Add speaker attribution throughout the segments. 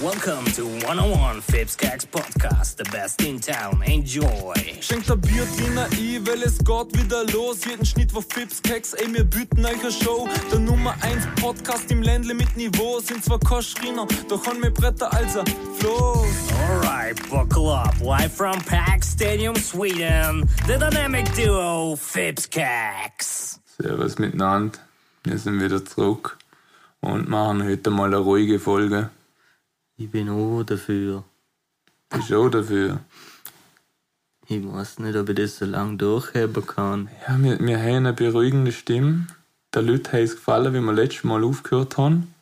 Speaker 1: Welcome to 101 Fips Gags Podcast, the best in town. Enjoy!
Speaker 2: Schenkt ein Bier, Diener, ich, weil es geht wieder los. Jeden Schnitt war Fips, Keks, ey, wir bieten euch eine Show. Der Nummer 1 Podcast im Ländle mit Niveau. Sind zwar kein Schreiner, doch haben wir Bretter als ein Floß.
Speaker 1: Alright, buckle up. Live from Pack Stadium, Sweden, the dynamic duo Fips Gags.
Speaker 3: Servus miteinander, wir sind wieder zurück und machen heute mal eine ruhige Folge.
Speaker 4: Ich bin auch dafür.
Speaker 3: Bist du auch dafür?
Speaker 4: Ich weiß nicht, ob ich das so lange durchheben kann.
Speaker 3: Ja, wir, wir haben eine beruhigende Stimme. Der Leute hat es gefallen, wie wir letztes Mal aufgehört haben.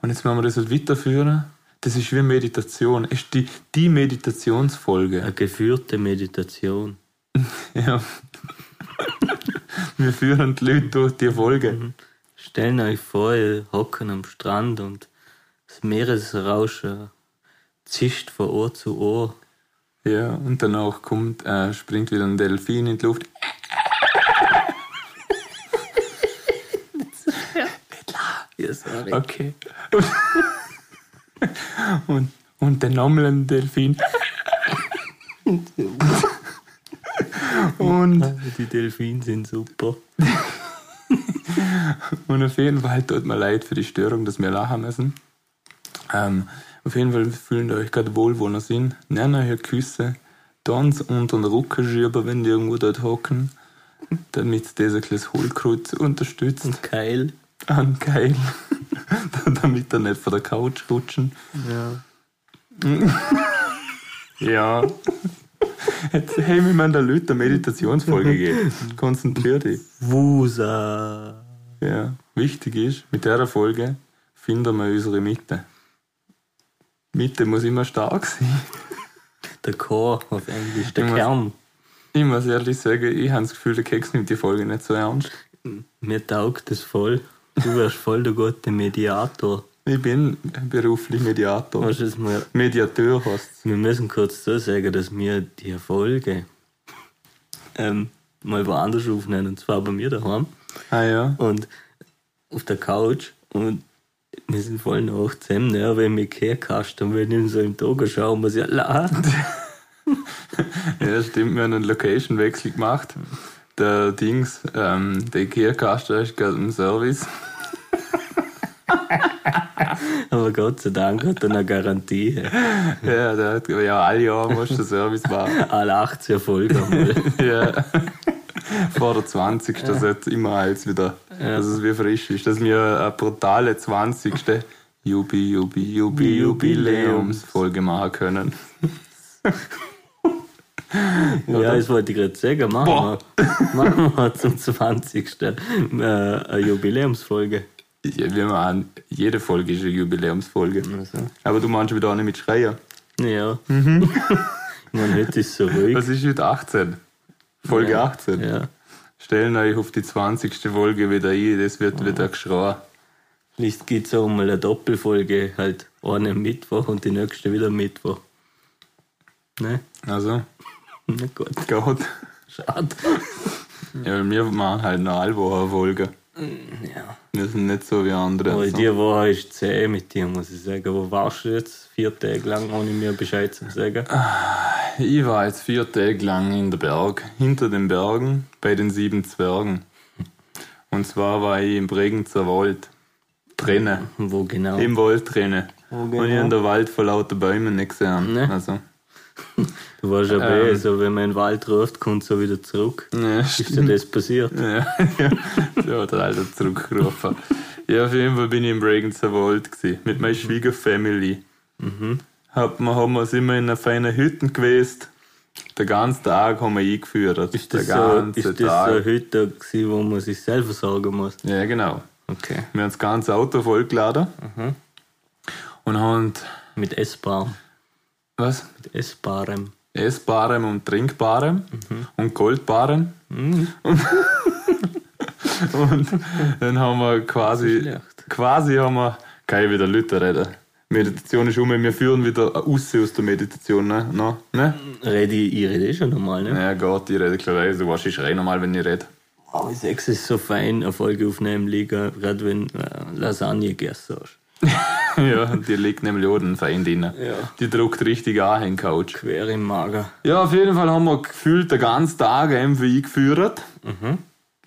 Speaker 3: Und jetzt wollen wir das halt weiterführen. Das ist wie Meditation. Es ist die, die Meditationsfolge.
Speaker 4: Eine geführte Meditation.
Speaker 3: Ja. wir führen die Leute durch die Folge.
Speaker 4: Stellt euch vor, ihr hocken am Strand und das Meeresrauschen zischt von Ohr zu Ohr.
Speaker 3: Ja, und danach kommt, äh, springt wieder ein Delfin in die Luft.
Speaker 4: Ja, sorry.
Speaker 3: Okay. und, und dann nochmal ein Delfin. und,
Speaker 4: Die Delfine sind super.
Speaker 3: und auf jeden Fall tut mir leid für die Störung, dass wir lachen müssen. Ähm, auf jeden Fall fühlen ihr euch gerade wohl, wo wir sind. Nennt euch Küsse, tanz unter den Rücken schieben, wenn die irgendwo dort hocken, damit das ein kleines Hohlkreuz unterstützt.
Speaker 4: Keil.
Speaker 3: an Keil, damit er nicht von der Couch rutschen.
Speaker 4: Ja.
Speaker 3: Ja. Jetzt haben wir mal der Leute eine Meditationsfolge gegeben. Konzentrier dich.
Speaker 4: Wusa.
Speaker 3: Ja. Wichtig ist, mit dieser Folge finden wir unsere Mitte. Mitte muss immer stark sein.
Speaker 4: Der Chor auf Englisch, der
Speaker 3: Ich muss-
Speaker 4: Kern.
Speaker 3: Ich muss ehrlich sagen, ich habe das Gefühl, der Keks nimmt die Folge nicht so ernst.
Speaker 4: Mir taugt das voll. Du wärst voll der gute Mediator.
Speaker 3: Ich bin beruflich Mediator.
Speaker 4: Weißt du, dass wir,
Speaker 3: Mediateur heißt
Speaker 4: wir müssen kurz so sagen, dass wir die Folge ähm, mal woanders aufnehmen, und zwar bei mir daheim.
Speaker 3: Ah ja.
Speaker 4: und auf der Couch und wir sind voll noch zusammen, ne? aber wenn ich mich herkast und wenn ich so im Tag schaue, muss ich lachen.
Speaker 3: Ja, stimmt, wir haben einen Location-Wechsel gemacht. Der Dings, ähm, der Ikea-Kasten ist gerade im Service.
Speaker 4: Aber Gott sei Dank hat er eine Garantie.
Speaker 3: Ja, der hat, ja, alle Jahre musst du Service machen.
Speaker 4: Alle 18 Folgen mal.
Speaker 3: Ja. Vor der 20. Das jetzt immer als wieder, dass es wie frisch ist. Dass wir eine brutale 20. Jubi, Jubi, Jubi, Jubiläumsfolge machen können.
Speaker 4: ja, das wollte ich gerade sagen. Machen wir, machen wir zum 20. Äh, eine Jubiläumsfolge.
Speaker 3: Ja, wir machen, jede Folge ist eine Jubiläumsfolge. Aber du meinst wieder auch nicht mit Schreien.
Speaker 4: Ja. Man hört es so ruhig.
Speaker 3: Mhm. Das ist heute 18. Folge
Speaker 4: Ja.
Speaker 3: 18.
Speaker 4: Ja.
Speaker 3: Stellen euch auf die 20. Folge wieder ein, das wird wieder geschrien.
Speaker 4: Vielleicht gibt es auch um mal eine Doppelfolge, halt eine am Mittwoch und die nächste wieder am Mittwoch. Ne?
Speaker 3: Also,
Speaker 4: Na gut,
Speaker 3: Gott.
Speaker 4: schade.
Speaker 3: Ja, wir machen halt eine Allwoche-Folge.
Speaker 4: Ja.
Speaker 3: Wir sind nicht so wie andere.
Speaker 4: Aber
Speaker 3: so.
Speaker 4: die Woche ist zäh mit dir, muss ich sagen. Wo warst du jetzt vier Tage lang, ohne mir Bescheid zu sagen?
Speaker 3: Ah. Ich war jetzt vier Tage lang in der Berg, hinter den Bergen, bei den sieben Zwergen. Und zwar war ich im Bregenzer Wald. Drinnen.
Speaker 4: Wo genau?
Speaker 3: Im Wald drinnen.
Speaker 4: genau.
Speaker 3: Und ich habe den Wald vor lauter Bäumen nicht gesehen.
Speaker 4: Ne.
Speaker 3: Also,
Speaker 4: Du warst ja bei,
Speaker 3: Ähm.
Speaker 4: so wenn man in den Wald ruft, kommt so wieder zurück.
Speaker 3: ne,
Speaker 4: Ist dir das passiert?
Speaker 3: Ja, ja. So hat er leider zurückgerufen. Ja, auf jeden Fall bin ich im Bregenzer Wald gewesen, mit meiner Schwiegerfamily. Mhm. Hab, wir haben uns immer in einer feinen Hütte gewesen. Den ganzen Tag haben wir eingeführt.
Speaker 4: Ist
Speaker 3: Den
Speaker 4: das, so,
Speaker 3: ganzen
Speaker 4: ist das
Speaker 3: Tag.
Speaker 4: so heute gewesen, wo man sich selber sorgen muss?
Speaker 3: Ja, genau.
Speaker 4: Okay.
Speaker 3: Wir haben das ganze Auto vollgeladen.
Speaker 4: Mhm.
Speaker 3: Und haben,
Speaker 4: Mit Essbarem.
Speaker 3: was?
Speaker 4: Mit Essbarem.
Speaker 3: Essbarem und Trinkbarem
Speaker 4: Mhm.
Speaker 3: und Goldbarem. und dann haben wir quasi,
Speaker 4: schlecht.
Speaker 3: quasi haben wir, kann ich wieder Leute reden. Meditation ist um, wir führen wieder raus aus der Meditation, ne? No? ne?
Speaker 4: Rede ich, ich rede eh schon normal, ne?
Speaker 3: Ja, Gott, ich rede klar, so was ich schreie normal, wenn ich rede.
Speaker 4: Aber Sex ist so fein, eine Folge aufnehmen liegen, gerade wenn äh, Lasagne gegessen hast.
Speaker 3: ja, die legt nämlich auch den Feind rein.
Speaker 4: Ja.
Speaker 3: Die druckt richtig an in den Couch.
Speaker 4: Quer im Mager.
Speaker 3: Ja, auf jeden Fall haben wir gefühlt den ganzen Tag MVI geführt.
Speaker 4: Mhm.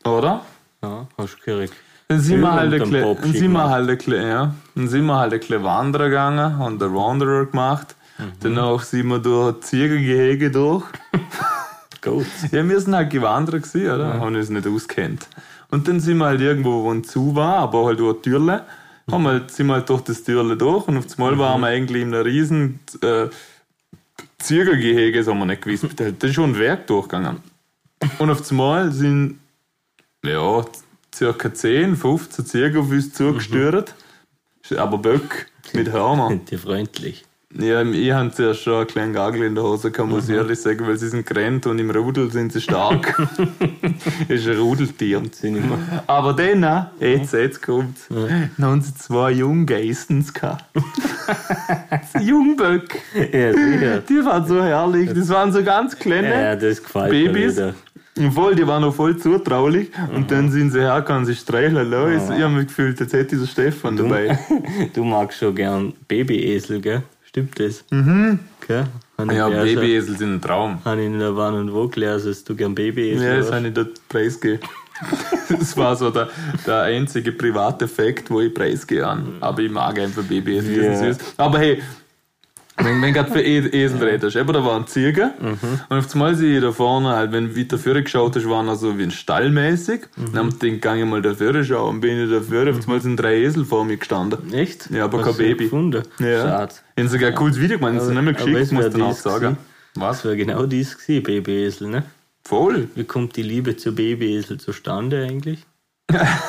Speaker 3: Oder?
Speaker 4: Ja, hast du gekriegt.
Speaker 3: Dann sind wir
Speaker 4: Ja,
Speaker 3: halt
Speaker 4: und
Speaker 3: ein
Speaker 4: dann
Speaker 3: Kle-
Speaker 4: Bob
Speaker 3: dann sind
Speaker 4: schicken
Speaker 3: wir
Speaker 4: wir.
Speaker 3: halt ein Kle- ja. Dann sind wir halt ein Kle Wanderer gegangen und der Wanderer gemacht.
Speaker 4: Mhm.
Speaker 3: Danach sind wir durch Ziegelgehege durch.
Speaker 4: Gut.
Speaker 3: Ja, wir sind halt Gewandere gewesen, oder? Haben uns nicht auskennt. Und dann sind wir halt irgendwo, wo ein zu war, aber halt durch die Türle. Haben wir, sind wir halt durch das Türle durch und auf das Mal waren wir eigentlich in einem riesen äh, Ziegelgehege, das haben wir nicht gewusst. Das ist schon ein Werk durchgegangen. Und auf das Mal sind, ja, circa 10, 15 Ziegel auf uns zugestürzt. Aber Böck mit Hörner.
Speaker 4: Sind die freundlich?
Speaker 3: Ja, ich habe zuerst schon einen kleinen Gagel in der Hose, kann man mhm. ehrlich sagen, weil sie sind gerannt und im Rudel sind sie stark. ist ein Rudeltier.
Speaker 4: Sind immer.
Speaker 3: Aber dann, äh, jetzt, jetzt kommt's. Dann haben sie zwei Junggeistens gehabt. Das Jungböck.
Speaker 4: ja, sicher.
Speaker 3: Die waren so herrlich. Das waren so ganz kleine.
Speaker 4: Ja, das gefällt
Speaker 3: Babys.
Speaker 4: mir wieder.
Speaker 3: Und voll, die waren noch voll zutraulich. Und dann sind sie hergekommen, sie streicheln lassen. Ich habe mich gefühlt, jetzt hätte dieser Stefan dabei.
Speaker 4: Du magst schon gern Babyesel, gell? Stimmt das? Mhm. Gell? Hab ich
Speaker 3: Ja,
Speaker 4: gelesen.
Speaker 3: Babyesel sind ein Traum.
Speaker 4: Hab ich in der Wann und Wo gelesen, dass du gern Babyesel
Speaker 3: Ja, das
Speaker 4: hast.
Speaker 3: habe ich dort preisgegeben. das war so der, der einzige private Fakt, wo ich preisgebe an.
Speaker 4: Mhm.
Speaker 3: Aber ich mag einfach Babys, die
Speaker 4: Ja.
Speaker 3: sind süß. Aber hey, wenn, wenn gerade für e Esel redest, eben, da war ein Zieger
Speaker 4: Mhm.
Speaker 3: und auf einmal sehe ich da vorne, halt, wenn du weiter vorne geschaut hast, waren er so wie ein Stallmäßig. Mhm. Dann den gang ich mal da vorne schauen und bin ich da vorne,
Speaker 4: Mhm.
Speaker 3: auf einmal sind drei Esel vor mir gestanden.
Speaker 4: Echt?
Speaker 3: Ja, aber
Speaker 4: Hast
Speaker 3: kein
Speaker 4: du nicht
Speaker 3: Baby.
Speaker 4: Gefunden?
Speaker 3: Ja.
Speaker 4: Schade.
Speaker 3: Haben sogar ein cooles Video gemacht, das ist
Speaker 4: Aber-
Speaker 3: nicht mehr
Speaker 4: aber
Speaker 3: geschickt,
Speaker 4: weißt du,
Speaker 3: muss
Speaker 4: wer
Speaker 3: ich danach
Speaker 4: das
Speaker 3: sagen.
Speaker 4: Das
Speaker 3: Was?
Speaker 4: war genau dies gewesen, Babyesel, ne?
Speaker 3: Voll.
Speaker 4: Wie kommt die Liebe zu Babyesel zustande eigentlich?
Speaker 3: da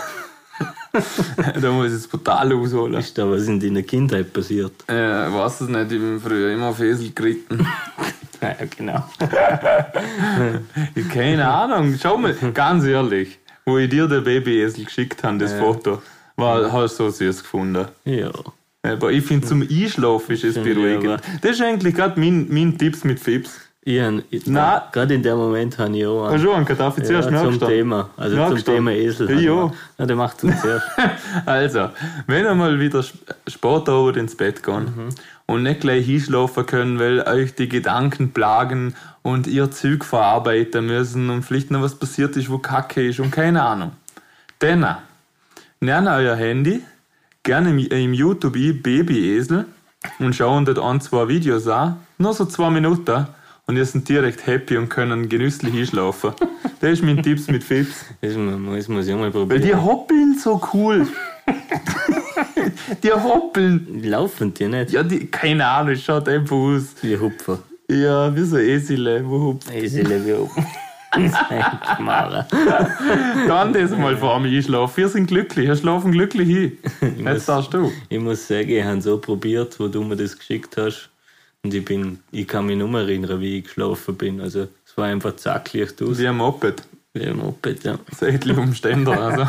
Speaker 3: muss ich es brutal ausholen.
Speaker 4: Ist da was in deiner Kindheit passiert?
Speaker 3: Äh, ich weiß es nicht, ich bin früher immer auf Esel geritten.
Speaker 4: Naja, genau.
Speaker 3: Ich- Keine Ahnung, schau mal, ganz ehrlich, wo ich dir den Babyesel geschickt habe, das Foto, war, hast du so süß gefunden.
Speaker 4: Ja.
Speaker 3: Aber ich finde, zum Einschlafen ist es
Speaker 4: Finde ich
Speaker 3: beruhigend.
Speaker 4: aber.
Speaker 3: Das ist eigentlich gerade mein, mein Tipps mit Fips.
Speaker 4: Ich, han- ich,
Speaker 3: Na.
Speaker 4: Gerade in dem Moment habe ich auch
Speaker 3: Hast
Speaker 4: einen.
Speaker 3: du einen Darf ich zuerst
Speaker 4: ja, zum
Speaker 3: nachgestanden?
Speaker 4: Thema. Also zum
Speaker 3: Nachgestanden.
Speaker 4: Thema Esel.
Speaker 3: Ich
Speaker 4: hab
Speaker 3: auch.
Speaker 4: ich- Ja, der macht es zuerst.
Speaker 3: Also, wenn ihr mal wieder sp- spät dauert ins Bett gehen und nicht gleich hinschlafen können, weil euch die Gedanken plagen und ihr Zeug verarbeiten müssen und vielleicht noch was passiert ist, wo Kacke ist und keine Ahnung. Dann nehmt euer Handy, gerne im, im YouTube ein, Babyesel und schauen dort ein, zwei Videos an, nur so zwei Minuten und ihr seid direkt happy und können genüsslich hinschlafen. das ist mein Tipps mit Fips.
Speaker 4: Das muss, das muss ich auch mal
Speaker 3: Weil
Speaker 4: probieren.
Speaker 3: die hoppeln so cool. die hoppeln.
Speaker 4: Laufen die nicht?
Speaker 3: Ja, die, keine Ahnung, es schaut einfach aus.
Speaker 4: Wir hupfen.
Speaker 3: Ja, wie so Esile, wo hupft.
Speaker 4: Esel, wir hupfen. Nein, Mara.
Speaker 3: Dann das mal vor mir einschlafen. Wir sind glücklich, wir schlafen glücklich hin. Jetzt darfst du.
Speaker 4: Ich muss sagen, ich habe so probiert, wo du mir das geschickt hast. Und ich, bin, ich kann mich nicht mehr erinnern, wie ich geschlafen bin. Also es war einfach zacklicht aus.
Speaker 3: Wie ein Moped.
Speaker 4: Wie ein Moped, ja.
Speaker 3: Seitlich um Ständer, also.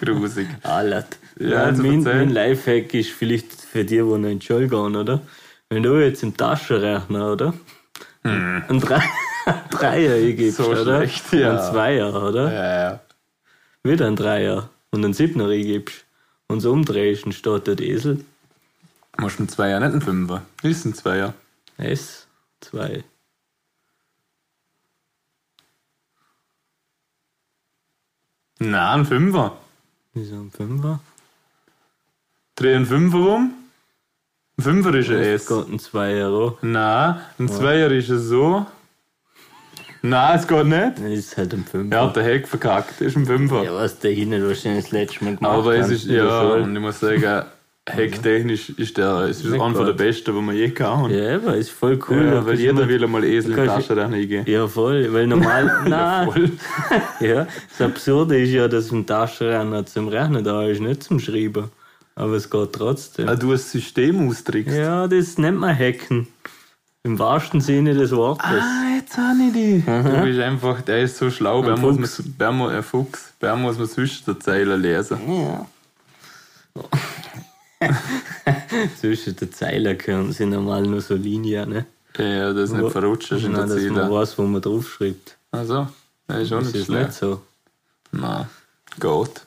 Speaker 3: Grusig.
Speaker 4: Allert.
Speaker 3: Ja, also
Speaker 4: mein,
Speaker 3: erzähl.
Speaker 4: mein Lifehack ist vielleicht für die, wo noch in die Schule gehen, oder? Wenn du jetzt im Taschenrechner, oder? Ein Dre Dreier gibst,
Speaker 3: Hm. So
Speaker 4: oder?
Speaker 3: schlecht, ja.
Speaker 4: Ein Zweier, oder?
Speaker 3: Äh,
Speaker 4: Wieder ein Dreier. Und ein Siebner gibst. Und so umdrehst und steht dort Esel.
Speaker 3: musst ein Zweier, nicht ein Fünfer. Ist ein Zweier.
Speaker 4: S, 2.
Speaker 3: Na, ein Fünfer.
Speaker 4: Wieso ein Fünfer?
Speaker 3: Dreh ein Fünfer rum. Ein Fünfer ist ein S.
Speaker 4: Gott, ein Zweier auch.
Speaker 3: Na, ein Zweier ist es so. Na, es geht nicht.
Speaker 4: Dann ist es halt ein Fünfer.
Speaker 3: Er hat den Heck verkackt, ist ein Fünfer.
Speaker 4: Ja, was der hinten wahrscheinlich das letzte Mal gemacht
Speaker 3: Aber es
Speaker 4: haben
Speaker 3: ist,
Speaker 4: in der
Speaker 3: ja,
Speaker 4: Schule.
Speaker 3: und ich muss sagen, hecktechnisch ist der, es ist
Speaker 4: Nicht
Speaker 3: einer der
Speaker 4: gut.
Speaker 3: besten, die wir je gehabt haben.
Speaker 4: Ja, aber ist voll cool.
Speaker 3: Ja,
Speaker 4: Da
Speaker 3: weil
Speaker 4: kannst du
Speaker 3: jeder
Speaker 4: immer-
Speaker 3: will einmal Esel in die
Speaker 4: kannst-
Speaker 3: Tasche reingehen.
Speaker 4: Ja, voll, weil normal. na,
Speaker 3: Voll.
Speaker 4: ja. Das Absurde ist ja, dass ein Taschenrechner zum Rechnen da ist, nicht zum Schreiben. Aber es geht trotzdem.
Speaker 3: Ah, du hast das System austrickst.
Speaker 4: Ja, das nennt man Hacken. Im wahrsten Sinne des Wortes.
Speaker 3: Ah, jetzt habe ich die. Du bist einfach, der ist so schlau, wer muss, man, wer, mu- ein Fuchs, wer muss man zwischen der Zeile lesen.
Speaker 4: Ja. Zwischen den Zeilen können sind normal nur so Linien, ne?
Speaker 3: Ja, das nicht verrutscht ist in der
Speaker 4: Nein, dass man
Speaker 3: Zeile.
Speaker 4: weiß, wo man draufschreibt.
Speaker 3: Also, das ist auch
Speaker 4: Das
Speaker 3: nicht
Speaker 4: ist
Speaker 3: schlecht.
Speaker 4: nicht so.
Speaker 3: Nein. Gott.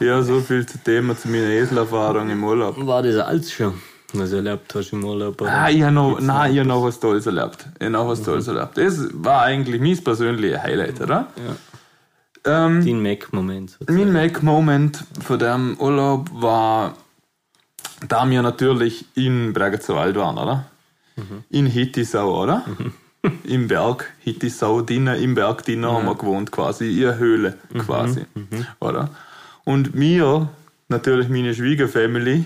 Speaker 3: Ja, so viel zum Thema zu meiner Eselerfahrung im Urlaub.
Speaker 4: War das alles schon, was du erlebt hast im Urlaub? oder?
Speaker 3: Ah, ich habe noch, nein, ich hab noch was Tolles erlebt. Ich hab noch was Tolles erlebt. Das war eigentlich mein persönliches Highlight, oder? Ja. Ähm,
Speaker 4: Den Mac-Moment. sozusagen.
Speaker 3: Mein Make-Moment von dem Urlaub war, da wir natürlich in Bregenzerwald waren, oder? In Hittisau, oder? Im Berg Hittisau, Dinner, im Berg Dinner haben wir gewohnt quasi, in einer Höhle quasi, oder? Und mir, natürlich meine Schwiegerfamilie,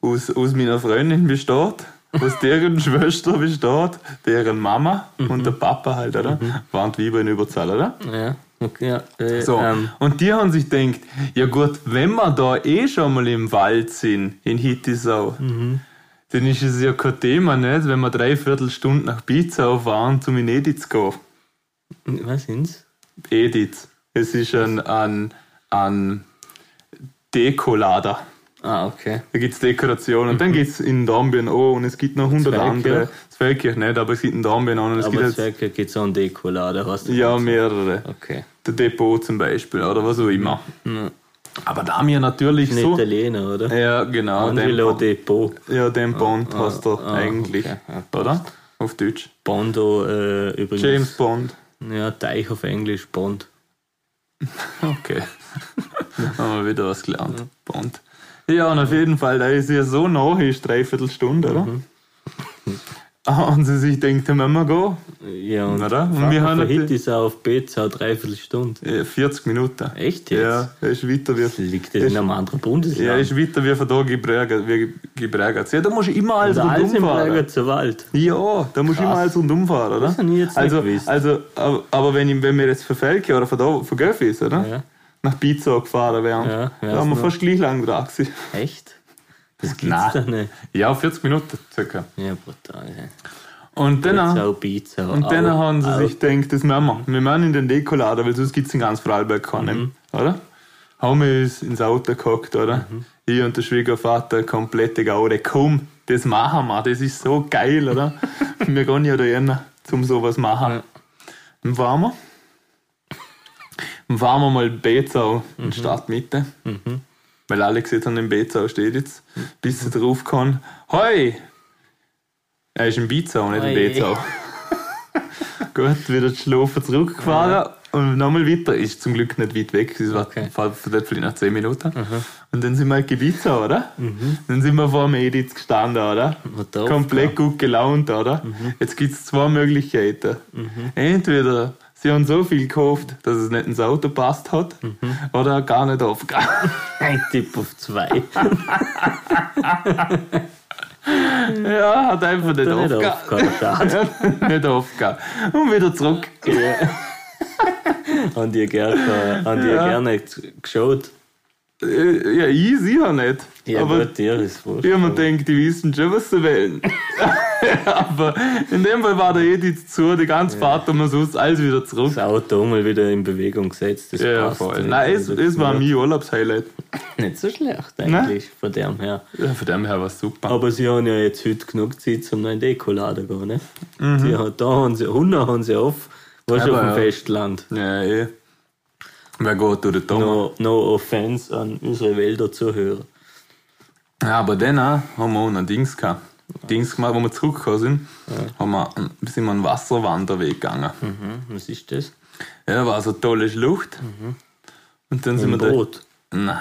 Speaker 3: aus, aus meiner Freundin besteht, aus deren Schwester besteht, deren Mama und der Papa halt, oder? Waren die Weiber in Überzahl, oder?
Speaker 4: Ja, okay, ja. Äh,
Speaker 3: So,
Speaker 4: ähm,
Speaker 3: und die haben sich gedacht, ja gut, wenn wir da eh schon mal im Wald sind, in Hittisau,
Speaker 4: Mhm.
Speaker 3: dann ist es ja kein Thema, nicht, wenn wir dreiviertel Stunden nach Pizza fahren, um in Edith zu gehen.
Speaker 4: was sind's?
Speaker 3: Edith. Es ist ein, ein, ein Dekolader.
Speaker 4: Ah, okay.
Speaker 3: Da gibt es Dekorationen.
Speaker 4: Mhm.
Speaker 3: Und dann geht es in Dornbirn auch und es gibt noch 100
Speaker 4: Zwergkirch.
Speaker 3: andere. Das Feldkirch nicht, aber es gibt in Dornbirn auch. Und es
Speaker 4: Aber
Speaker 3: gibt
Speaker 4: es
Speaker 3: jetzt,
Speaker 4: geht so ein Dekolader, hast du?
Speaker 3: ja, mehrere.
Speaker 4: Okay. Mhm.
Speaker 3: Der Depot zum Beispiel oder was auch immer. Aber da mir natürlich
Speaker 4: Ein
Speaker 3: so.
Speaker 4: Italiener, oder?
Speaker 3: Ja, genau.
Speaker 4: Angelo
Speaker 3: Den,
Speaker 4: Depot.
Speaker 3: ja, den Bond hast du
Speaker 4: ah,
Speaker 3: eigentlich,
Speaker 4: okay, ja,
Speaker 3: oder? Auf Deutsch.
Speaker 4: Bondo äh, übrigens.
Speaker 3: James Bond.
Speaker 4: Ja, Teich auf Englisch, Bond.
Speaker 3: Okay. Haben wir wieder was gelernt. Bond. Ja, und auf jeden Fall, da ist ja so nah, ist dreiviertel Stunde, oder?
Speaker 4: Mhm.
Speaker 3: Ah, Und sie sich denkt, dann müssen wir gehen.
Speaker 4: Ja, und,
Speaker 3: Oder? Und wir haben halt
Speaker 4: Hit
Speaker 3: natürlich-
Speaker 4: ist auch auf Bezau dreiviertel Stunde.
Speaker 3: Ja, 40 Minuten.
Speaker 4: Echt jetzt?
Speaker 3: Ja, er ist weiter
Speaker 4: Das
Speaker 3: wie.
Speaker 4: liegt das in einem anderen Bundesland.
Speaker 3: Ja, er ist weiter wie von da gebrägert. wie gebrägert. Ja, da musst du immer alles
Speaker 4: da Also alles im
Speaker 3: rundum fahren.
Speaker 4: Lager zur Wald.
Speaker 3: Ja, da muss ich immer alles rundum fahren, oder?
Speaker 4: Oh, Das hab ich jetzt nicht
Speaker 3: also,
Speaker 4: gewusst.
Speaker 3: also, aber- aber wenn, ich, wenn wir jetzt von Felke oder von, da, von Göffis, oder?
Speaker 4: Ja.
Speaker 3: Nach Pizza gefahren wären,
Speaker 4: Ja, ja,
Speaker 3: da haben wir
Speaker 4: so.
Speaker 3: fast gleich lang dran gewesen.
Speaker 4: Echt? Das gibt's
Speaker 3: Nein.
Speaker 4: doch nicht.
Speaker 3: Ja, 40 Minuten circa.
Speaker 4: Ja, brutal.
Speaker 3: Und
Speaker 4: Ja.
Speaker 3: dann,
Speaker 4: Bezau, Bezau.
Speaker 3: und dann
Speaker 4: Also Au,
Speaker 3: haben sie
Speaker 4: au.
Speaker 3: sich gedacht, das machen wir. Wir machen in den Dekolader, weil sonst gibt es in ganz Vorarlberg keinen,
Speaker 4: Mhm.
Speaker 3: oder? Haben wir uns ins Auto gehockt, oder?
Speaker 4: Mhm.
Speaker 3: Ich und der Schwiegervater, komplette Gaude. Komm, das machen wir, das ist so geil, oder? wir gehen ja da gerne zum sowas machen. Dann fahren wir. Dann fahren wir mal Bezau
Speaker 4: Mhm.
Speaker 3: in die Stadtmitte. Weil alle gesehen haben, in Bezau steht jetzt. Bis er drauf kann. Hoi! Er ist in Bizau, nicht in
Speaker 4: Oi.
Speaker 3: Bezau. Gut, wieder zu schlafen zurückgefahren. Und nochmal weiter. Ist zum Glück nicht weit weg. Es war
Speaker 4: Okay.
Speaker 3: von dort vielleicht nach 10 Minuten. Und dann sind wir in Bizau, oder? Dann sind wir vor dem Edith gestanden, oder?
Speaker 4: Hat er
Speaker 3: komplett gut gelaunt, oder? Jetzt gibt es zwei Möglichkeiten. Entweder sie haben so viel gehofft, dass es nicht ins Auto passt hat, oder gar nicht aufgegangen.
Speaker 4: Ein Tipp auf zwei.
Speaker 3: ja, hat einfach nicht
Speaker 4: Nicht
Speaker 3: aufgegangen.
Speaker 4: aufgehört.
Speaker 3: nicht aufgegangen. Und wieder zurück.
Speaker 4: Haben die gerne, haben die
Speaker 3: Ja.
Speaker 4: gerne g- geschaut.
Speaker 3: Äh, Ja, ich sicher nicht.
Speaker 4: Ja,
Speaker 3: aber
Speaker 4: gut, dir ist wurscht.
Speaker 3: ich hab mir denkt, die wissen schon, was sie wählen. aber in dem Fall war der Edith zu, die ganze Fahrt um uns aus, alles wieder zurück.
Speaker 4: Das Auto mal wieder in Bewegung gesetzt. Das
Speaker 3: Ja,
Speaker 4: passt. Also,
Speaker 3: voll. Nein, es, es war mein Urlaubshighlight.
Speaker 4: Nicht so schlecht eigentlich, von dem her.
Speaker 3: Ja, von dem her war es super.
Speaker 4: Aber sie haben ja jetzt heute genug Zeit um zum neuen Dekolader gehen, ne? Die hat, da haben sie, Hunder haben sie auf, was
Speaker 3: Aber
Speaker 4: auf dem
Speaker 3: ja.
Speaker 4: Festland.
Speaker 3: Ja, eh. Wer geht durch den Tom?
Speaker 4: No, no offense an unsere Wälder Zuhörer.
Speaker 3: Ja, aber dann auch haben wir auch noch Dings gehabt. Dings gemacht, wo wir zurückgekommen sind, haben wir, sind wir einen Wasserwanderweg gegangen.
Speaker 4: Hm, was ist das?
Speaker 3: Ja, war so eine tolle Schlucht. Und dann sind
Speaker 4: Ein
Speaker 3: wir da-
Speaker 4: Boot.
Speaker 3: Nein,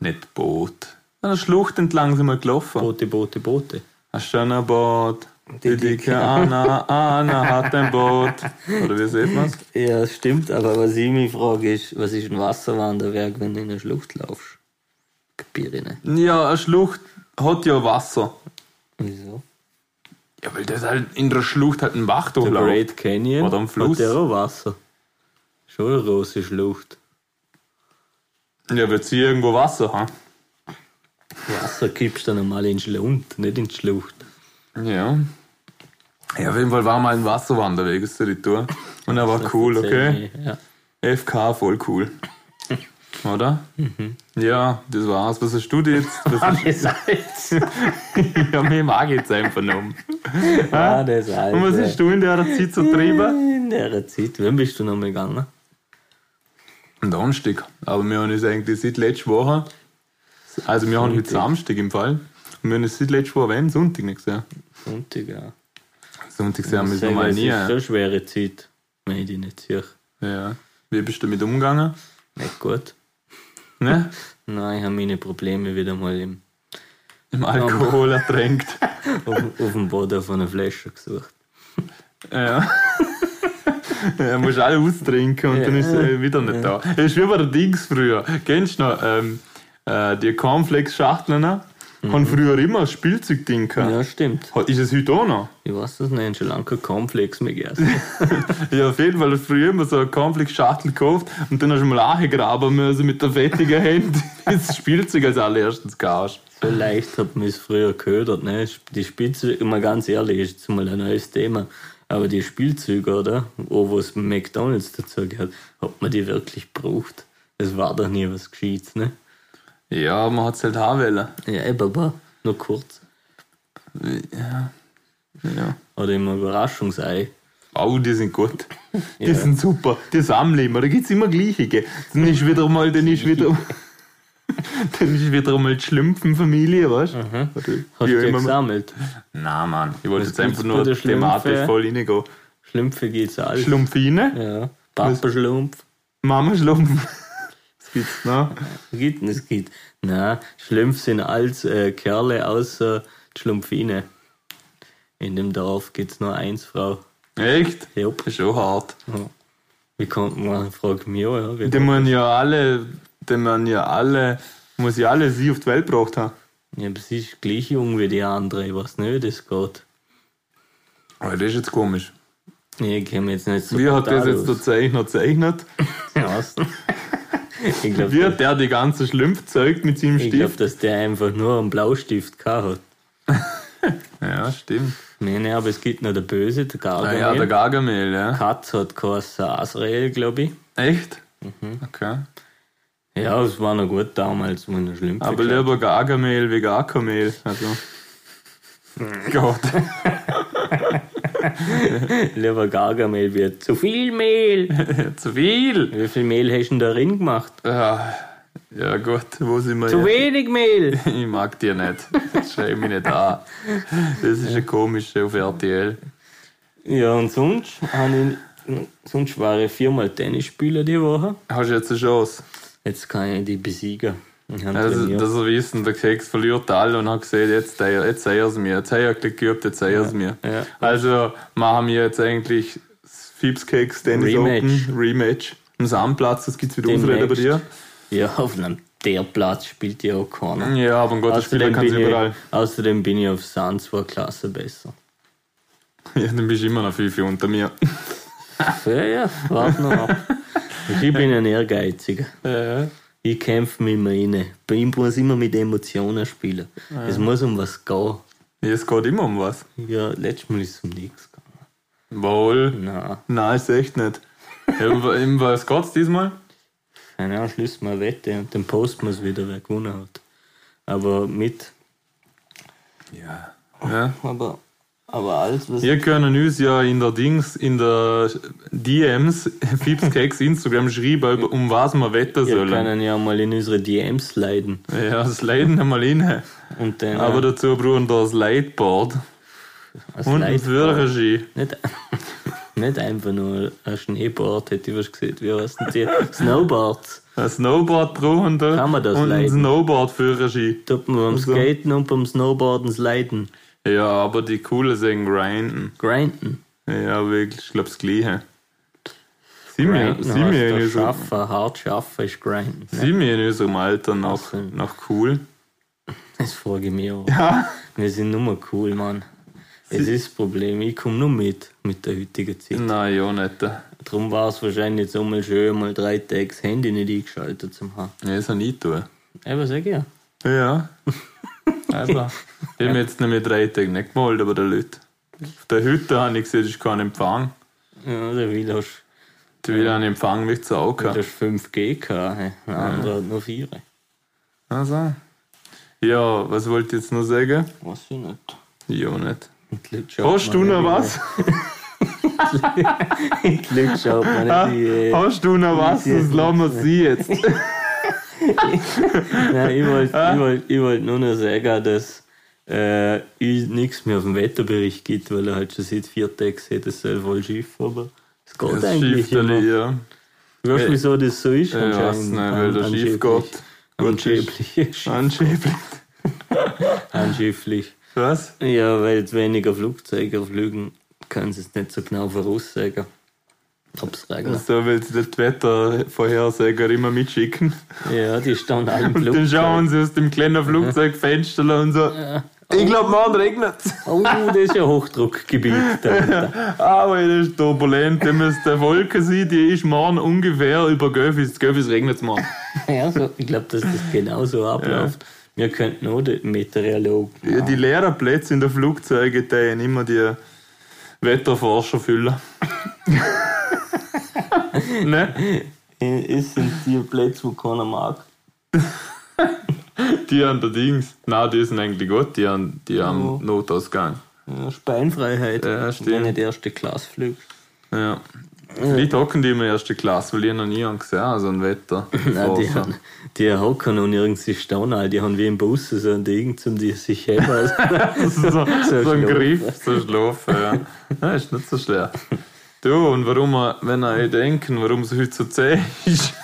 Speaker 3: nicht Boot. An der Schlucht entlang sind wir gelaufen.
Speaker 4: Boote, Boote, Boote.
Speaker 3: Ein schöner Boot. Die dicke Anna, Anna hat ein Boot. Oder wie sieht man's?
Speaker 4: Ja, das stimmt, aber was ich mich frage ist, was ist ein Wasserwanderwerk, wenn du in eine Schlucht laufst? ne? Gebirne.
Speaker 3: Ja, eine Schlucht hat ja Wasser.
Speaker 4: Wieso?
Speaker 3: Ja, weil das halt in der Schlucht halt ein
Speaker 4: Der
Speaker 3: Wachdurchlauf.
Speaker 4: Great Canyon
Speaker 3: Oder am Fluss.
Speaker 4: hat ja auch Wasser. Schon eine große Schlucht.
Speaker 3: Ja, wird sie irgendwo Wasser haben?
Speaker 4: Wasser kippst du dann einmal in den Schlund, nicht in die Schlucht.
Speaker 3: Ja. Ja, auf jeden Fall war mal ein Wasserwanderweg, ist so die Tour. Und er war cool, okay?
Speaker 4: Ja.
Speaker 3: FK voll cool. Oder? Ja, das war's. Was hast du dir jetzt? Was hast
Speaker 4: Das Salz.
Speaker 3: ja, mir mag ich jetzt einfach genommen.
Speaker 4: Ah, das Salz.
Speaker 3: Und was hast du in der Zeit so getrieben?
Speaker 4: In der Zeit, wann bist du nochmal gegangen?
Speaker 3: Am Donnerstag. Aber wir haben es eigentlich seit letzter Woche. Also wir haben heute Samstag im Fall. Und wir haben es seit letzter Woche, wenn? Sonntag nicht gesehen.
Speaker 4: Sonntag auch.
Speaker 3: Sonntag sehen wir es
Speaker 4: Sagen wir,
Speaker 3: normal
Speaker 4: es
Speaker 3: nie.
Speaker 4: ist schon eine schwere Zeit. Wenn ich die nicht sehe.
Speaker 3: Ja. Wie bist du damit umgegangen?
Speaker 4: Nicht gut.
Speaker 3: Ne?
Speaker 4: Nein, ich habe meine Probleme wieder mal im,
Speaker 3: Im Alkohol ertränkt.
Speaker 4: auf, auf dem Boden von einer Flasche gesucht.
Speaker 3: Ja. ja, musst alle austrinken und dann ist er wieder nicht da. Das ist wie bei der Dings früher. Kennst du noch ähm, äh, die Cornflakes-Schachteln? Haben früher immer ein Spielzeugding gehabt.
Speaker 4: Ja, stimmt.
Speaker 3: Ha- Ist es heute auch noch?
Speaker 4: Ich weiß das nicht, schon lange kein Cornflakes mehr gegessen.
Speaker 3: Ja, auf jeden Fall. hast du Früher immer so eine Cornflakes-Schachtel gekauft und dann hast du mal angegraben müssen mit der fettigen Hand, bis das Spielzeug als allererstes kaufst.
Speaker 4: So leicht hat man es früher geködert. Ne? Die Spielzüge, mal ganz ehrlich, ist jetzt mal ein neues Thema. Aber die Spielzüge, oder? Wo wo es McDonalds dazu gehört, hat man die wirklich gebraucht. Es war doch nie was Gescheites, ne?
Speaker 3: Ja, man hat es halt haben wollen.
Speaker 4: Ja, ey, Baba, nur kurz.
Speaker 3: Ja.
Speaker 4: Oder im Überraschungsei.
Speaker 3: Oh, die sind gut. Die sind super. Die sammle ich immer. Da gibt es immer gleiche. Gell? Dann ist wieder mal, dann ist wieder. dann ist wieder mal die Schlümpfenfamilie, weißt Mhm. du?
Speaker 4: Hast
Speaker 3: Ja,
Speaker 4: du die
Speaker 3: immer-
Speaker 4: gesammelt?
Speaker 3: Nein, Mann. Ich wollte
Speaker 4: Was
Speaker 3: jetzt einfach
Speaker 4: gibt's
Speaker 3: nur
Speaker 4: bei der
Speaker 3: thematisch
Speaker 4: Schlümpfe?
Speaker 3: voll reingehen.
Speaker 4: Schlümpfe geht's alles.
Speaker 3: Schlumpfine,
Speaker 4: Ja. Papaschlumpf.
Speaker 3: Mama Schlumpf. Was gibt's noch?
Speaker 4: Gibt es gibt. Na, Schlümpf sind als äh, Kerle außer die Schlumpfine. In dem Dorf gibt's nur eins, Frau.
Speaker 3: Echt?
Speaker 4: Jupp.
Speaker 3: Das ist schon hart.
Speaker 4: Wie kommt man? Fragt mich auch, ja. Wie,
Speaker 3: Die man ja alle, die man ja alle, muss ja alle sie auf die Welt gebracht haben.
Speaker 4: ja, aber sie ist gleich jung wie die andere. Ich weiß nicht, wie das geht.
Speaker 3: Aber Oh, das ist jetzt komisch.
Speaker 4: Nee, Ich käme jetzt nicht so
Speaker 3: Wie hat das
Speaker 4: brutal
Speaker 3: jetzt der Zeichner gezeichnet?
Speaker 4: aus. Ich
Speaker 3: Wie
Speaker 4: glaube,
Speaker 3: hat der die ganze Schlümpfzeug mit seinem
Speaker 4: ich
Speaker 3: Stift?
Speaker 4: glaub, dass der einfach nur einen Blaustift gehabt hat.
Speaker 3: Ja, stimmt.
Speaker 4: Nee, nee, aber es gibt noch der Böse, der
Speaker 3: Ah,
Speaker 4: Gargamel.
Speaker 3: ja, der Gargamel, ja.
Speaker 4: Katz hat geheißen Asrael, glaube ich.
Speaker 3: Echt? Okay.
Speaker 4: Ja, es war noch gut damals, wenn er schlimm
Speaker 3: Aber lieber Gargamel wie Gargamel. Also. Gott.
Speaker 4: Lieber Gargamel wird zu viel Mehl.
Speaker 3: Zu viel.
Speaker 4: Wie viel Mehl hast du denn da drin gemacht?
Speaker 3: Ja, ja gut, wo sind wir
Speaker 4: Zu
Speaker 3: jetzt?
Speaker 4: wenig Mehl.
Speaker 3: Ich mag dir nicht. Schreib mich nicht an. Das ist eine komische auf RTL.
Speaker 4: Ja, und sonst, habe ich, sonst war ich viermal Tennisspieler die Woche.
Speaker 3: Hast du jetzt eine Chance?
Speaker 4: Jetzt kann ich die besiegen. Ich habe
Speaker 3: Also,
Speaker 4: trainiert.
Speaker 3: dass er wissen, der Keks verliert alle und hat gesehen, jetzt, sei- jetzt sei er es mir, jetzt sei er gleich geübt, jetzt sei er es mir.
Speaker 4: ja.
Speaker 3: Also machen wir jetzt eigentlich das Fips Keks Tennis
Speaker 4: Rematch.
Speaker 3: Open Rematch am Sandplatz, das gibt's wieder Ausreden bei dir.
Speaker 4: Ja, auf einem der Platz spielt ja auch keiner.
Speaker 3: Ja, aber um Gottes Willen kannst du
Speaker 4: Also bin
Speaker 3: überall.
Speaker 4: ich, außerdem bin ich auf Sand zwei Klassen besser.
Speaker 3: Ja, dann bist du immer noch viel, viel unter mir.
Speaker 4: Ja, ja, warte noch ab. Ich bin ein Ehrgeiziger. Ich kämpfe mich immer rein. Bei ihm muss ich immer mit Emotionen spielen. Es muss um was gehen.
Speaker 3: Ja, es geht immer um was.
Speaker 4: Ja, letztes Mal ist es um nichts gegangen.
Speaker 3: Wohl.
Speaker 4: Nein,
Speaker 3: Nein, ist echt nicht. Ja, um, um was geht's diesmal?
Speaker 4: keine Ahnung, schließen wir eine Wette und dann posten wir es wieder, wer gewonnen hat. Aber mit.
Speaker 3: Ja. ja.
Speaker 4: Aber, aber alles, was.
Speaker 3: Ihr könnt uns ja in der Dings, in der DMs, Fips Keks Instagram schreiben, über- um was wir wetten
Speaker 4: Wir
Speaker 3: sollen.
Speaker 4: können ja mal in unsere DMs leiden.
Speaker 3: Ja, das Leiden einmal rein.
Speaker 4: Und dann.
Speaker 3: Aber dazu brauchen wir das Leitboard
Speaker 4: als
Speaker 3: und ein
Speaker 4: Leitboard.
Speaker 3: Führerschein.
Speaker 4: also Nicht, nicht einfach nur ein Schneeboard, hätte ich was gesehen. Wie heißt denn die? Snowboards.
Speaker 3: Ein Snowboard brauchen da
Speaker 4: Kann man das
Speaker 3: und ein
Speaker 4: leiden?
Speaker 3: Snowboard-Führerschein.
Speaker 4: Tut man
Speaker 3: Also
Speaker 4: beim Skaten und beim Snowboarden sliden.
Speaker 3: Ja, aber die Coolen sagen grinden.
Speaker 4: Grinden.
Speaker 3: Ja, wirklich, ich glaube, das Gleiche. Sind wir,
Speaker 4: Grinden
Speaker 3: sind wir, in
Speaker 4: heißt doch
Speaker 3: unserem,
Speaker 4: schaffen, ne? hart schaffen ist grinden.
Speaker 3: sind wir in unserem Alter noch, noch cool?
Speaker 4: Das frage ich mich auch. Ja. Wir sind nur mal cool, Mann. Es ist das Problem, ich komme nur mit, mit der heutigen Zeit.
Speaker 3: Nein, ja, nicht. Ja,
Speaker 4: Darum war es wahrscheinlich jetzt einmal schön, mal drei Tage das Handy nicht eingeschaltet zu haben.
Speaker 3: das habe ich tun.
Speaker 4: Aber sag ja.
Speaker 3: Ja. Also, ich habe jetzt nämlich drei Tage nicht gemalt, aber der Leute. Auf der Hütte habe ich gesehen, es ist kein Empfang.
Speaker 4: Ja, der Will hast
Speaker 3: Die will einen Empfang wie zu
Speaker 4: du
Speaker 3: Auge.
Speaker 4: 5G gehabt, hey. der andere hat nur 4.
Speaker 3: Also. Ja, was wollt ihr jetzt noch sagen?
Speaker 4: Weiß ich nicht.
Speaker 3: Ja, nicht.
Speaker 4: Und die Leute schauen
Speaker 3: Hast du
Speaker 4: mir
Speaker 3: noch
Speaker 4: wieder-
Speaker 3: was?
Speaker 4: Ich Glück schaut
Speaker 3: Ah.
Speaker 4: man nicht. die, äh,
Speaker 3: Hast du noch was? Das lassen wir sie jetzt.
Speaker 4: Nein, ich wollte
Speaker 3: Ah.
Speaker 4: ich wollt, ich wollt nur noch sagen, dass äh, ich nichts mehr auf den Wetterbericht gibt, weil er halt schon seit vier Tagen sieht, es soll voll schief, aber es geht
Speaker 3: Das
Speaker 4: eigentlich
Speaker 3: Schiff,
Speaker 4: immer.
Speaker 3: ja. Äh,
Speaker 4: Weißt du, wieso das so
Speaker 3: Ich
Speaker 4: ist?
Speaker 3: weiß
Speaker 4: anscheinend?
Speaker 3: nicht, weil der
Speaker 4: Angeblich.
Speaker 3: Schiff geht.
Speaker 4: Angeblich.
Speaker 3: Angeblich. Ah.
Speaker 4: Anschifflich.
Speaker 3: Was?
Speaker 4: Ja, weil jetzt weniger Flugzeuge fliegen, können sie es nicht so genau voraussagen. Ob's regnet.
Speaker 3: So will sie das Wettervorhersager immer mitschicken.
Speaker 4: Ja, die stehen alle im
Speaker 3: Und dann schauen
Speaker 4: Flugzeug. Mhm.
Speaker 3: sie aus dem kleinen Flugzeugfenster und so. Ich glaube, morgen regnet es.
Speaker 4: Oh, das ist ja Hochdruckgebiet. Da.
Speaker 3: Aber Ah, das ist turbulent. Da müsste eine Wolke sein, die ist morgen ungefähr über Göfis. Göfis regnet es morgen.
Speaker 4: Ja, so, ich glaube, dass das genauso abläuft. Wir könnten auch den Meteorologen.
Speaker 3: Ja, die leeren Plätze in der Flugzeuge, die haben immer die Wetterforscher füllen. ne?
Speaker 4: Äh, Es sind die Plätze, wo keiner mag.
Speaker 3: Die haben der Dings. Nein, die sind eigentlich gut, die haben, die haben Notausgang.
Speaker 4: Ja, Speinfreiheit,
Speaker 3: Ja,
Speaker 4: wenn du
Speaker 3: stimmt.
Speaker 4: nicht erste Klasse fliegst.
Speaker 3: Ja. Die hocken die immer erste Klasse, weil ich noch nie einen gesehen habe, so ein Wetter.
Speaker 4: Nein, die, haben, die hocken und irgendwie staunen, alle. die haben wie im Bus so ein Ding, zum die sich heben.
Speaker 3: so, so ein
Speaker 4: schlafen.
Speaker 3: Griff, so schlafen, ja. ja. Ist nicht so schwer. Du, und warum, wir- wenn ihr denken, warum es heute so zäh ist,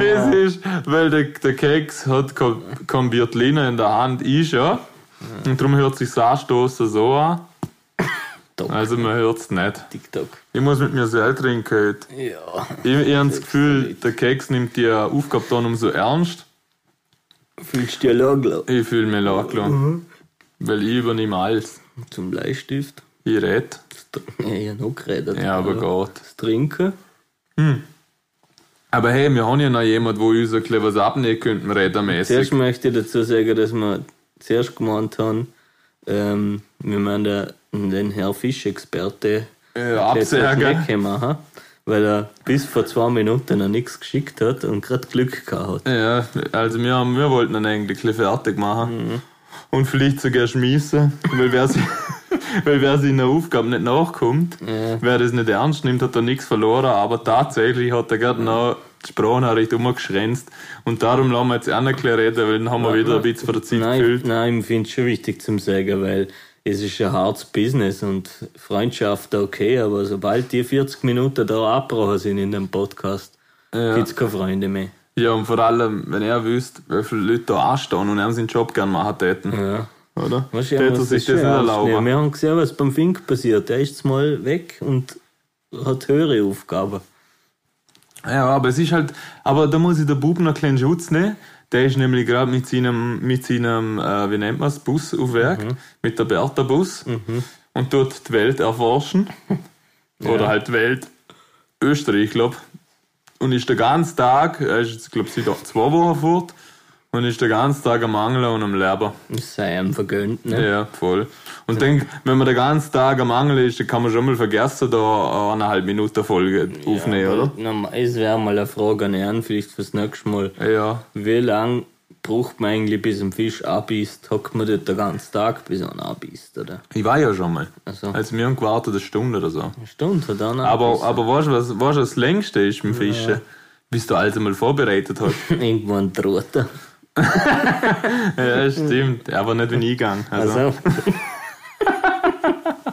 Speaker 3: es ist, weil der, der Keks hat Ko- Kombiertliner in der Hand, ist ja. Und darum hört sich anstoßen so an.
Speaker 4: Doch.
Speaker 3: Also man hört es nicht.
Speaker 4: TikTok.
Speaker 3: Ich muss mit mir selber trinken heute.
Speaker 4: Ja,
Speaker 3: Ich, ich habe das Gefühl, der Keks nimmt die Aufgabe dann umso ernst.
Speaker 4: fühlst du ja lang
Speaker 3: Ich fühle mich angelangt. Weil ich übernehme alles.
Speaker 4: Zum Bleistift.
Speaker 3: Ich rede.
Speaker 4: Das Trinken- Ja, ich hab noch geredet.
Speaker 3: Ja, aber Gott.
Speaker 4: Das Trinken.
Speaker 3: Aber hey, wir haben ja noch jemanden, wo uns ein bisschen was abnehmen könnten, rädermäßig.
Speaker 4: Zuerst möchte ich dazu sagen, dass wir zuerst gemeint haben, ähm, wir müssen den, den Herr Fischexperte
Speaker 3: Äh,
Speaker 4: jetzt auf die
Speaker 3: absagen.
Speaker 4: Ecke machen, weil er bis vor zwei Minuten noch nichts geschickt hat und gerade Glück gehabt hat.
Speaker 3: Ja, also wir, haben, wir wollten ihn eigentlich ein bisschen fertig machen.
Speaker 4: Mhm.
Speaker 3: Und vielleicht sogar schmießen, weil wer, sie, weil wer seiner Aufgabe nicht nachkommt, wer das nicht ernst nimmt, hat er nichts verloren. Aber tatsächlich hat er gerade noch die Sprachnachricht umgeschränzt. Und darum lassen wir jetzt auch nicht gleich reden, weil dann haben wir wieder ein bisschen für die Zeit
Speaker 4: Nein,
Speaker 3: gefüllt.
Speaker 4: ich- nein, ich finde es schon wichtig zum sagen, weil es ist ein hartes Business und Freundschaft okay, aber sobald die 40 Minuten da abgebrochen sind in dem Podcast, gibt's gibt es keine Freunde mehr.
Speaker 3: Ja, und vor allem, wenn er wüsste, wie viele Leute da anstehen und ihm seinen Job gerne machen täten.
Speaker 4: Ja.
Speaker 3: Oder?
Speaker 4: Weißt du,
Speaker 3: Täte
Speaker 4: er
Speaker 3: er
Speaker 4: muss
Speaker 3: sich
Speaker 4: schon
Speaker 3: das nicht
Speaker 4: ernst nehmen.
Speaker 3: erlauben.
Speaker 4: Wir haben gesehen, was beim Fink passiert. Der ist jetzt mal weg und hat höhere Aufgaben.
Speaker 3: Ja, aber es ist halt, aber da muss ich den Bub noch einen kleinen Schutz nehmen. Der ist nämlich gerade mit seinem, mit seinem äh, wie nennt man es, Bus auf Werk,
Speaker 4: Mhm.
Speaker 3: mit der Bertha Bus und dort die Welt erforschen. Oder halt die Welt Österreich, glaube Und ist den ganzen Tag, er ist jetzt, glaube ich, seit zwei Wochen fort, und ist den ganzen Tag am Angeln und am Lerben.
Speaker 4: Das sei ihm vergönnt,
Speaker 3: Ja,
Speaker 4: ne?
Speaker 3: voll. Und denk, wenn man den ganzen Tag am Angeln ist, dann kann man schon mal vergessen, da eine eineinhalb Minuten Folge aufnehmen, oder?
Speaker 4: Normal- Es wäre mal eine Frage an Herrn, vielleicht fürs nächste Mal.
Speaker 3: Ja.
Speaker 4: Wie lange braucht man eigentlich, bis ein Fisch abbeißt? Hockt man dort den ganzen Tag, bis er ihn abbeißt, oder?
Speaker 3: Ich war ja schon mal.
Speaker 4: Ach so.
Speaker 3: Also wir haben gewartet eine Stunde oder so.
Speaker 4: Eine Stunde hat er ihn
Speaker 3: Aber,
Speaker 4: abgebissen.
Speaker 3: aber weißt du, was, weißt, du, was das längste ist mit Fischen? Bis du alles mal vorbereitet hast.
Speaker 4: Irgendwann droht er.
Speaker 3: ja, stimmt. Aber nicht wenn ich gang. Also,
Speaker 4: Also.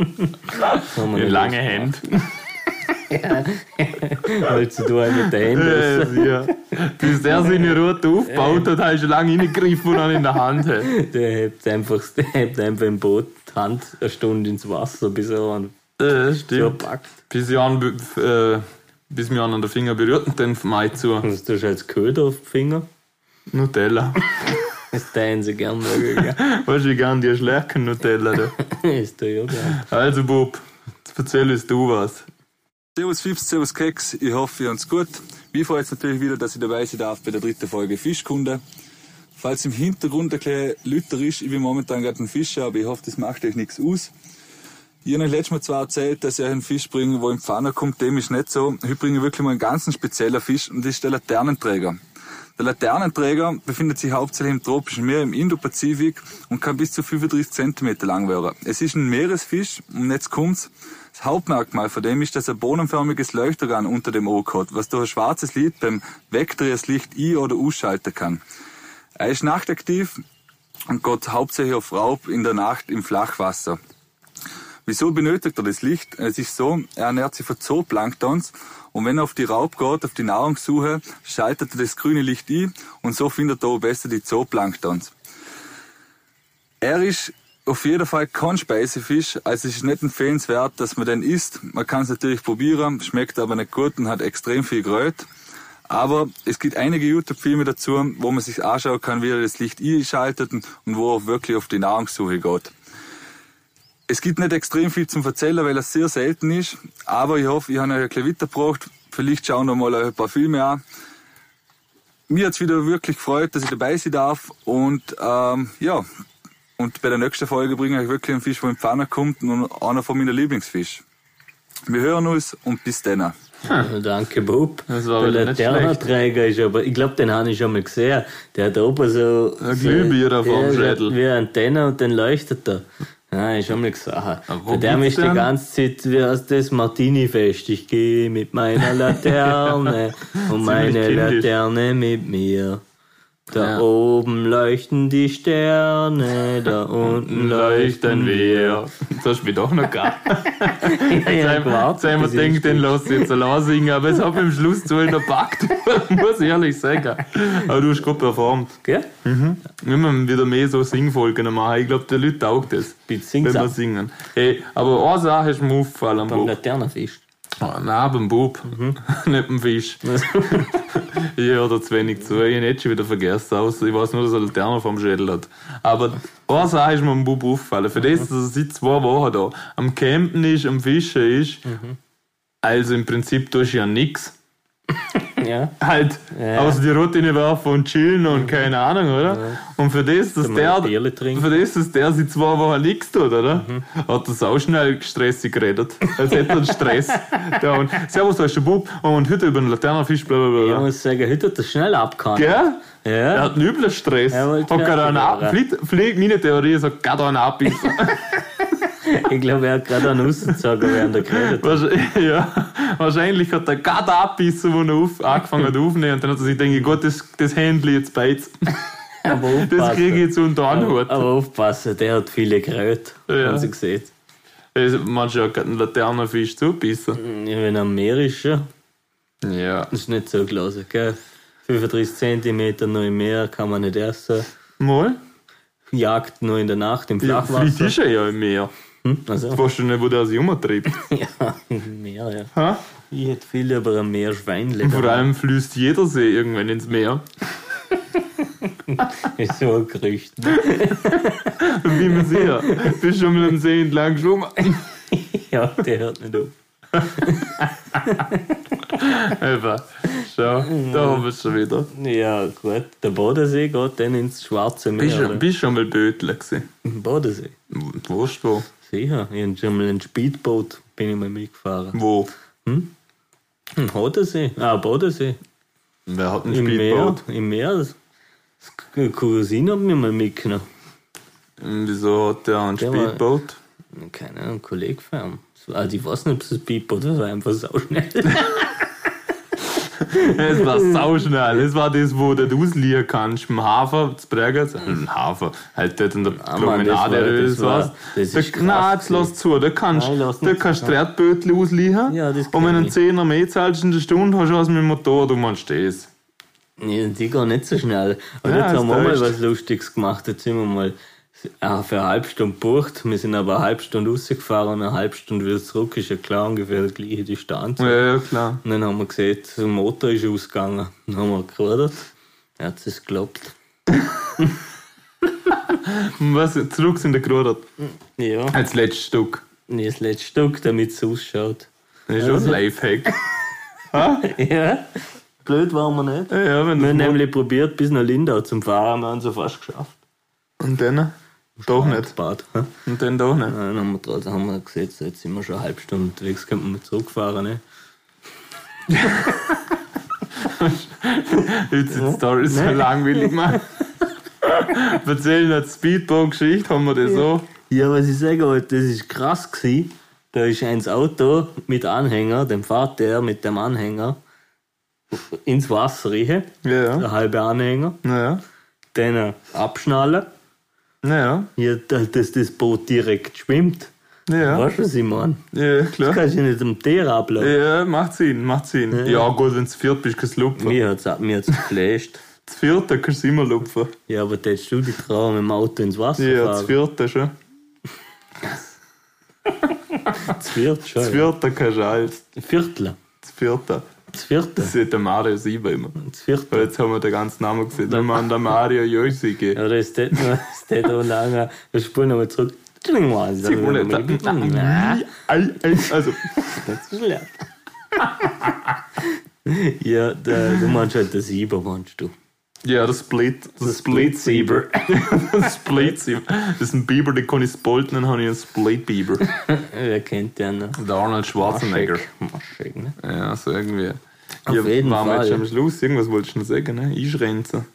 Speaker 4: Kann man
Speaker 3: in
Speaker 4: nicht
Speaker 3: lange Hände.
Speaker 4: wissen. Holst du einen mit den Händen?
Speaker 3: Äh, ja. Bis der seine Route aufgebaut hat, hast du lange reingegriffen und dann in der Hand. hat.
Speaker 4: Der hebt einfach, der hebt einfach im Boot die Hand eine Stunde ins Wasser, bis er einen
Speaker 3: Äh,
Speaker 4: so
Speaker 3: stimmt.
Speaker 4: packt.
Speaker 3: Bis ich an, äh, bis mir an der Finger berührt und dann Mai zu.
Speaker 4: Das tust du als Köder auf den Finger.
Speaker 3: Nutella.
Speaker 4: Das teilen sie gern mögen.
Speaker 3: weißt du, wie gern die schlecken Nutella. Da.
Speaker 4: Ist der ja gern.
Speaker 3: Also, Bub, jetzt erzähl uns du was.
Speaker 2: Servus Fips, Servus Keks, ich hoffe, ihr habt's gut. Mir freut es natürlich wieder, dass ich dabei sein darf bei der dritten Folge Fischkunde. Falls im Hintergrund ein kleiner Lüter ist, ich bin momentan gerade ein Fischer, aber ich hoffe, das macht euch nichts aus. Ich habe euch letztes Mal zwar erzählt, dass ich euch einen Fisch bringe, wo im Pfanner kommt, dem ist nicht so. Ich bringe wirklich mal einen ganz speziellen Fisch und das ist der Laternenträger.
Speaker 5: Der Laternenträger befindet sich hauptsächlich im tropischen Meer im Indopazifik und kann bis zu 35 cm lang werden. Es ist ein Meeresfisch und jetzt kommt's. Das Hauptmerkmal von dem ist, dass er bohnenförmiges Leuchtergan unter dem Auge hat, was durch ein schwarzes Licht beim Wegdrehen das Licht ein- oder ausschalten kann. Er ist nachtaktiv und geht hauptsächlich auf Raub in der Nacht im Flachwasser. Wieso benötigt er das Licht? Es ist so, er ernährt sich von Zooplanktons und wenn er auf die Raub geht, auf die Nahrungssuche, schaltet er das grüne Licht ein und so findet er auch besser die Zooplanktons. Er ist auf jeden Fall kein Speisefisch, also es ist nicht empfehlenswert, dass man den isst. Man kann es natürlich probieren, schmeckt aber nicht gut und hat extrem viel Gröt. Aber es gibt einige YouTube-Filme dazu, wo man sich anschauen kann, wie er das Licht einschaltet und wo er wirklich auf die Nahrungssuche geht. Es gibt nicht extrem viel zum Erzählen, weil es sehr selten ist. Aber ich hoffe, ich habe euch ein bisschen weitergebracht. Vielleicht schauen wir mal ein paar Filme an. Mir hat's wieder wirklich gefreut, dass ich dabei sein darf. Und ähm, ja, und bei der nächsten Folge bringe ich euch wirklich einen Fisch, der in die Pfanne kommt und einer von meinen Lieblingsfisch. Wir hören uns und bis dann.
Speaker 4: Danke, Bub.
Speaker 3: Das war aber
Speaker 4: der
Speaker 3: nicht
Speaker 4: Laternenträger ist aber, ich glaube, den habe ich schon mal gesehen. Der hat oben so.
Speaker 3: Ein Glühbirne auf dem
Speaker 4: Ja,
Speaker 3: Schädel.
Speaker 4: Wie eine Antenne und dann leuchtet er. Ja, ich schon mal gesagt.
Speaker 3: wo
Speaker 4: Bei dem
Speaker 3: gibt's
Speaker 4: ist die
Speaker 3: den?
Speaker 4: ganze Zeit, wie heißt das, Martini-Fest. Ich gehe mit meiner Laterne und meine
Speaker 3: kindisch.
Speaker 4: Laterne mit mir. Da
Speaker 3: Ja.
Speaker 4: oben leuchten die Sterne, da unten leuchten
Speaker 3: Leuchten
Speaker 4: wir.
Speaker 3: wir. Das hast du mich doch noch gar.
Speaker 4: Ja, ja, gewartet,
Speaker 3: Jetzt haben wir
Speaker 4: bis ich-
Speaker 3: gedacht, den lass ich jetzt allein singen, aber es hat mich am Schluss zu einer gepackt, muss ich ehrlich sagen. Aber du hast gut performt.
Speaker 4: Gell?
Speaker 3: Wir müssen wieder mehr so Singfolgen machen. Ich glaube, den Leuten taugt das, wenn
Speaker 4: Bitte sing's
Speaker 3: wir
Speaker 4: auch.
Speaker 3: singen. Hey, aber eine Sache ist mir aufgefallen am
Speaker 4: Beim
Speaker 3: Bub.
Speaker 4: Laternenfest.
Speaker 3: Ah, Nein, beim Bub, nicht beim Fisch. ich höre da zu wenig zu. Ich hätte schon wieder vergessen, außer ich weiß nur, dass er Laterne vom Schädel hat. Aber eine Sache ist mir am Bub aufgefallen. Für das, dass er seit zwei Wochen da am Campen ist, am Fischen ist, also im Prinzip tust du ja nichts.
Speaker 4: Ja.
Speaker 3: Halt,
Speaker 4: Ja. Mhm.
Speaker 3: außer die Routine werfen und chillen und keine Ahnung, oder? Und für das, dass
Speaker 4: Dann mal
Speaker 3: der,
Speaker 4: ein Bierle trinken. Mhm.
Speaker 3: für das, dass der seit zwei Wochen nichts tut, oder? Hat er sau schnell stressig geredet. Als hätte er einen Stress. da und, Servus, da ist der Bub und heute über den Laternenfisch, bla bla
Speaker 4: Ich
Speaker 3: bla.
Speaker 4: muss sagen, heute hat er schnell abgehauen.
Speaker 3: Gell? Er
Speaker 4: Ja.
Speaker 3: hat einen üblen Stress.
Speaker 4: Er
Speaker 3: Hat
Speaker 4: wollte
Speaker 3: gerade einen
Speaker 4: fertig
Speaker 3: Ab. Fliegt meine Theorie, er sagt gerade einen abbissen.
Speaker 4: Ich glaube, er hat gerade einen Aussenzager während er geredet hat.
Speaker 3: Wahrscheinlich, ja, wahrscheinlich hat er gerade abbissen, wo er auf, angefangen hat aufnehmen. Und dann hat er sich gedacht, Gott, das, das Handy jetzt beizt.
Speaker 4: Aber
Speaker 3: Das kriege ich jetzt unter Anhut.
Speaker 4: Aber aufpassen, der hat viele Kröte.
Speaker 3: Ja.
Speaker 4: Haben Sie gesehen?
Speaker 3: Also, Meinst du, ja gerade einen Laternenfisch zubissen?
Speaker 4: Ja, Wenn er am Meer ist, ja.
Speaker 3: Ja.
Speaker 4: Das ist nicht so gelassen, gell? 35 cm noch im Meer kann man nicht essen.
Speaker 3: Mal?
Speaker 4: Jagd nur in der Nacht im
Speaker 3: Ja, vielleicht
Speaker 4: Flachwasser.
Speaker 3: ist er ja im Meer.
Speaker 4: also,
Speaker 3: Weißt du nicht, wo der sich umtreibt?
Speaker 4: ja, im Meer, ja.
Speaker 3: Hä?
Speaker 4: Ich hätte viel lieber ein Meerschweinle.
Speaker 3: Vor allem fließt jeder See irgendwann ins Meer.
Speaker 4: Ist so ein Gerücht.
Speaker 3: Wie man sieht. ja. Bist schon mal am See entlang geschwommen.
Speaker 4: Ja, der hört nicht auf.
Speaker 3: Einfach. Schau, da haben wir es schon wieder.
Speaker 4: Ja, gut. Der Bodensee geht dann ins Schwarze Meer.
Speaker 3: Bist du
Speaker 4: oder?
Speaker 3: bist schon mal Bötler gewesen?
Speaker 4: Im Bodensee.
Speaker 3: Weißt du wo?
Speaker 4: Sicher, ich habe schon mal ein Speedboot bin ich mal mitgefahren.
Speaker 3: Wo?
Speaker 4: Im Hodensee, ah, Bodensee.
Speaker 3: Wer hat ein
Speaker 4: Im Meer,
Speaker 3: Speedboot?
Speaker 4: im Meer. Das das Cousin hat mich mal mitgenommen.
Speaker 3: Wieso hat der ein
Speaker 4: Der war-
Speaker 3: Speedboot?
Speaker 4: Keine Ahnung, ein Kollege gefahren. Das war- Also ich weiß nicht, ob es ein Speedboot war, das war einfach sauschnell.
Speaker 3: Es war sauschnell. Es war das, wo du ausliehen kannst. Im Hafen, das Bergers, im Hafen, Hm, halt dort in der
Speaker 4: Hm. Ah, Mann, das war-
Speaker 3: Promenade oder
Speaker 4: das
Speaker 3: so
Speaker 4: war-
Speaker 3: was.
Speaker 4: das
Speaker 3: Da-
Speaker 4: ist krass
Speaker 3: Nein, jetzt lass zu. Da kannst
Speaker 4: Nein, lass
Speaker 3: da
Speaker 4: nicht.
Speaker 3: kannst du Tretbötel ausliehen.
Speaker 4: Ja, das
Speaker 3: und wenn
Speaker 4: kenn
Speaker 3: du einen
Speaker 4: ich.
Speaker 3: Zehner mehr zahlst in der Stunde, hast du was mit dem Motor, du meinst das.
Speaker 4: Nee, die gehen nicht so schnell. Aber
Speaker 3: Ja,
Speaker 4: jetzt haben wir
Speaker 3: das
Speaker 4: mal
Speaker 3: täuscht.
Speaker 4: was Lustiges gemacht. Jetzt sind wir mal ah, für eine halbe Stunde bucht. Wir sind aber eine halbe Stunde rausgefahren und eine halbe Stunde wieder zurück. Ist ja klar, ungefähr die gleiche Distanz.
Speaker 3: Ja, ja, klar.
Speaker 4: Und dann haben wir gesehen, der Motor ist ausgegangen. Dann haben wir gerudert. Er hat es geglaubt.
Speaker 3: Und Was, zurück sind der gerudert.
Speaker 4: Ja.
Speaker 3: Als letztes Stück.
Speaker 4: Nee, das letzte Stück, damit es ausschaut.
Speaker 3: Das ist schon ein Lifehack.
Speaker 4: Ja. Blöd waren wir nicht.
Speaker 3: Ja, Ja, wenn
Speaker 4: Wir haben
Speaker 3: das
Speaker 4: nämlich probiert, bis nach Lindau zum Fahren. Wir haben es ja fast geschafft.
Speaker 3: Und dann? Doch nicht.
Speaker 4: Bad. hm?
Speaker 3: Und dann doch nicht.
Speaker 4: Dann haben wir, dra- dann haben wir gesehen, so, jetzt sind wir schon eine halbe Stunde unterwegs, könnten wir zurückfahren. Ne?
Speaker 3: Jetzt sind die Storys so langweilig, Mann. Wir erzählen eine Speedbone-Geschichte, haben wir das so.
Speaker 4: Ja, was ich sagen wollte, das ist krass gewesen. Da ist eins Auto mit Anhänger, dem fährt der mit dem Anhänger ins Wasser rein,
Speaker 3: Ja, ja.
Speaker 4: der halbe Anhänger,
Speaker 3: Naja,
Speaker 4: den er abschnallen,
Speaker 3: naja,
Speaker 4: ja, da- dass das Boot direkt schwimmt.
Speaker 3: naja.
Speaker 4: Weißt du, was ich meine?
Speaker 3: Ja,
Speaker 4: Das
Speaker 3: klar.
Speaker 4: kannst du nicht am Tier ablaufen.
Speaker 3: Ja, macht Sinn, macht Sinn. Ja, gut, wenn du zu viert bist, kannst du lupfen.
Speaker 4: Äh, Mir hat es mir hat's geflasht.
Speaker 3: Zu viert, dann kannst du immer lupfen.
Speaker 4: Ja, aber da hättest du die Trauer mit dem Auto ins Wasser
Speaker 3: Ja, zu
Speaker 4: fahren.
Speaker 3: viert schon.
Speaker 4: Das Viert schon.
Speaker 3: Zu viert kannst du alles.
Speaker 4: ja. Viertler.
Speaker 3: Zu viert.
Speaker 4: Das Vierte.
Speaker 3: Das ist der Mario Sieber immer.
Speaker 4: Das Vierte.
Speaker 3: Weil jetzt haben wir den ganzen Namen gesehen. Dann haben wir den Mario Josige.
Speaker 4: Ja, das ist das noch, das ist noch lange. Wir spulen nochmal zurück.
Speaker 3: Die Bulette.
Speaker 4: Nein,
Speaker 3: Ei, ei, Also,
Speaker 4: das ist leer. Ja, da, du meinst halt den Sieber, meinst du.
Speaker 3: ja, der Split. Der Split Sieber. Der Split Sieber. Das ist ein Biber, den kann ich spalten, dann habe ich einen Split Biber.
Speaker 4: Wer kennt den noch?
Speaker 3: Der Arnold Schwarzenegger.
Speaker 4: Maschig, ne?
Speaker 3: Ja, so irgendwie.
Speaker 4: Auf jeden
Speaker 3: waren wir
Speaker 4: Fall.
Speaker 3: jetzt schon am Schluss? Irgendwas wolltest du noch sagen, ne? Einschränzen.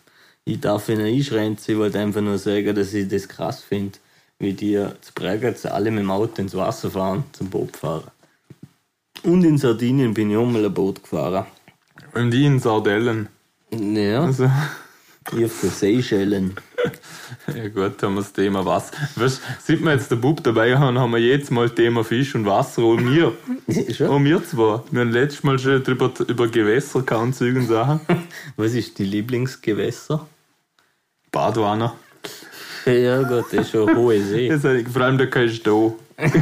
Speaker 4: Ich darf ihn nicht einschränzen, ich wollte einfach nur sagen, dass ich das krass finde, wie die zu Bregenz alle mit dem Auto ins Wasser fahren, zum Boot fahren. Und in Sardinien bin ich auch mal ein Boot gefahren.
Speaker 3: Und die in Sardellen.
Speaker 4: Ja,
Speaker 3: Also,
Speaker 4: ich auf den Seychellen.
Speaker 3: ja gut, haben wir das Thema Wasser. Weißt, sieht man jetzt den Bub dabei haben, haben wir jetzt mal das Thema Fisch und Wasser und mir.
Speaker 4: Schon?
Speaker 3: Und wir zwar. Wir haben letztes Mal schon drüber, über Gewässer, Kaunzüge und Sachen.
Speaker 4: Was ist die Lieblingsgewässer?
Speaker 3: Badwanner.
Speaker 4: Ja Gott, das ist schon eine hohe See.
Speaker 3: Das ist eigentlich- vor allem, da kann ich stehen.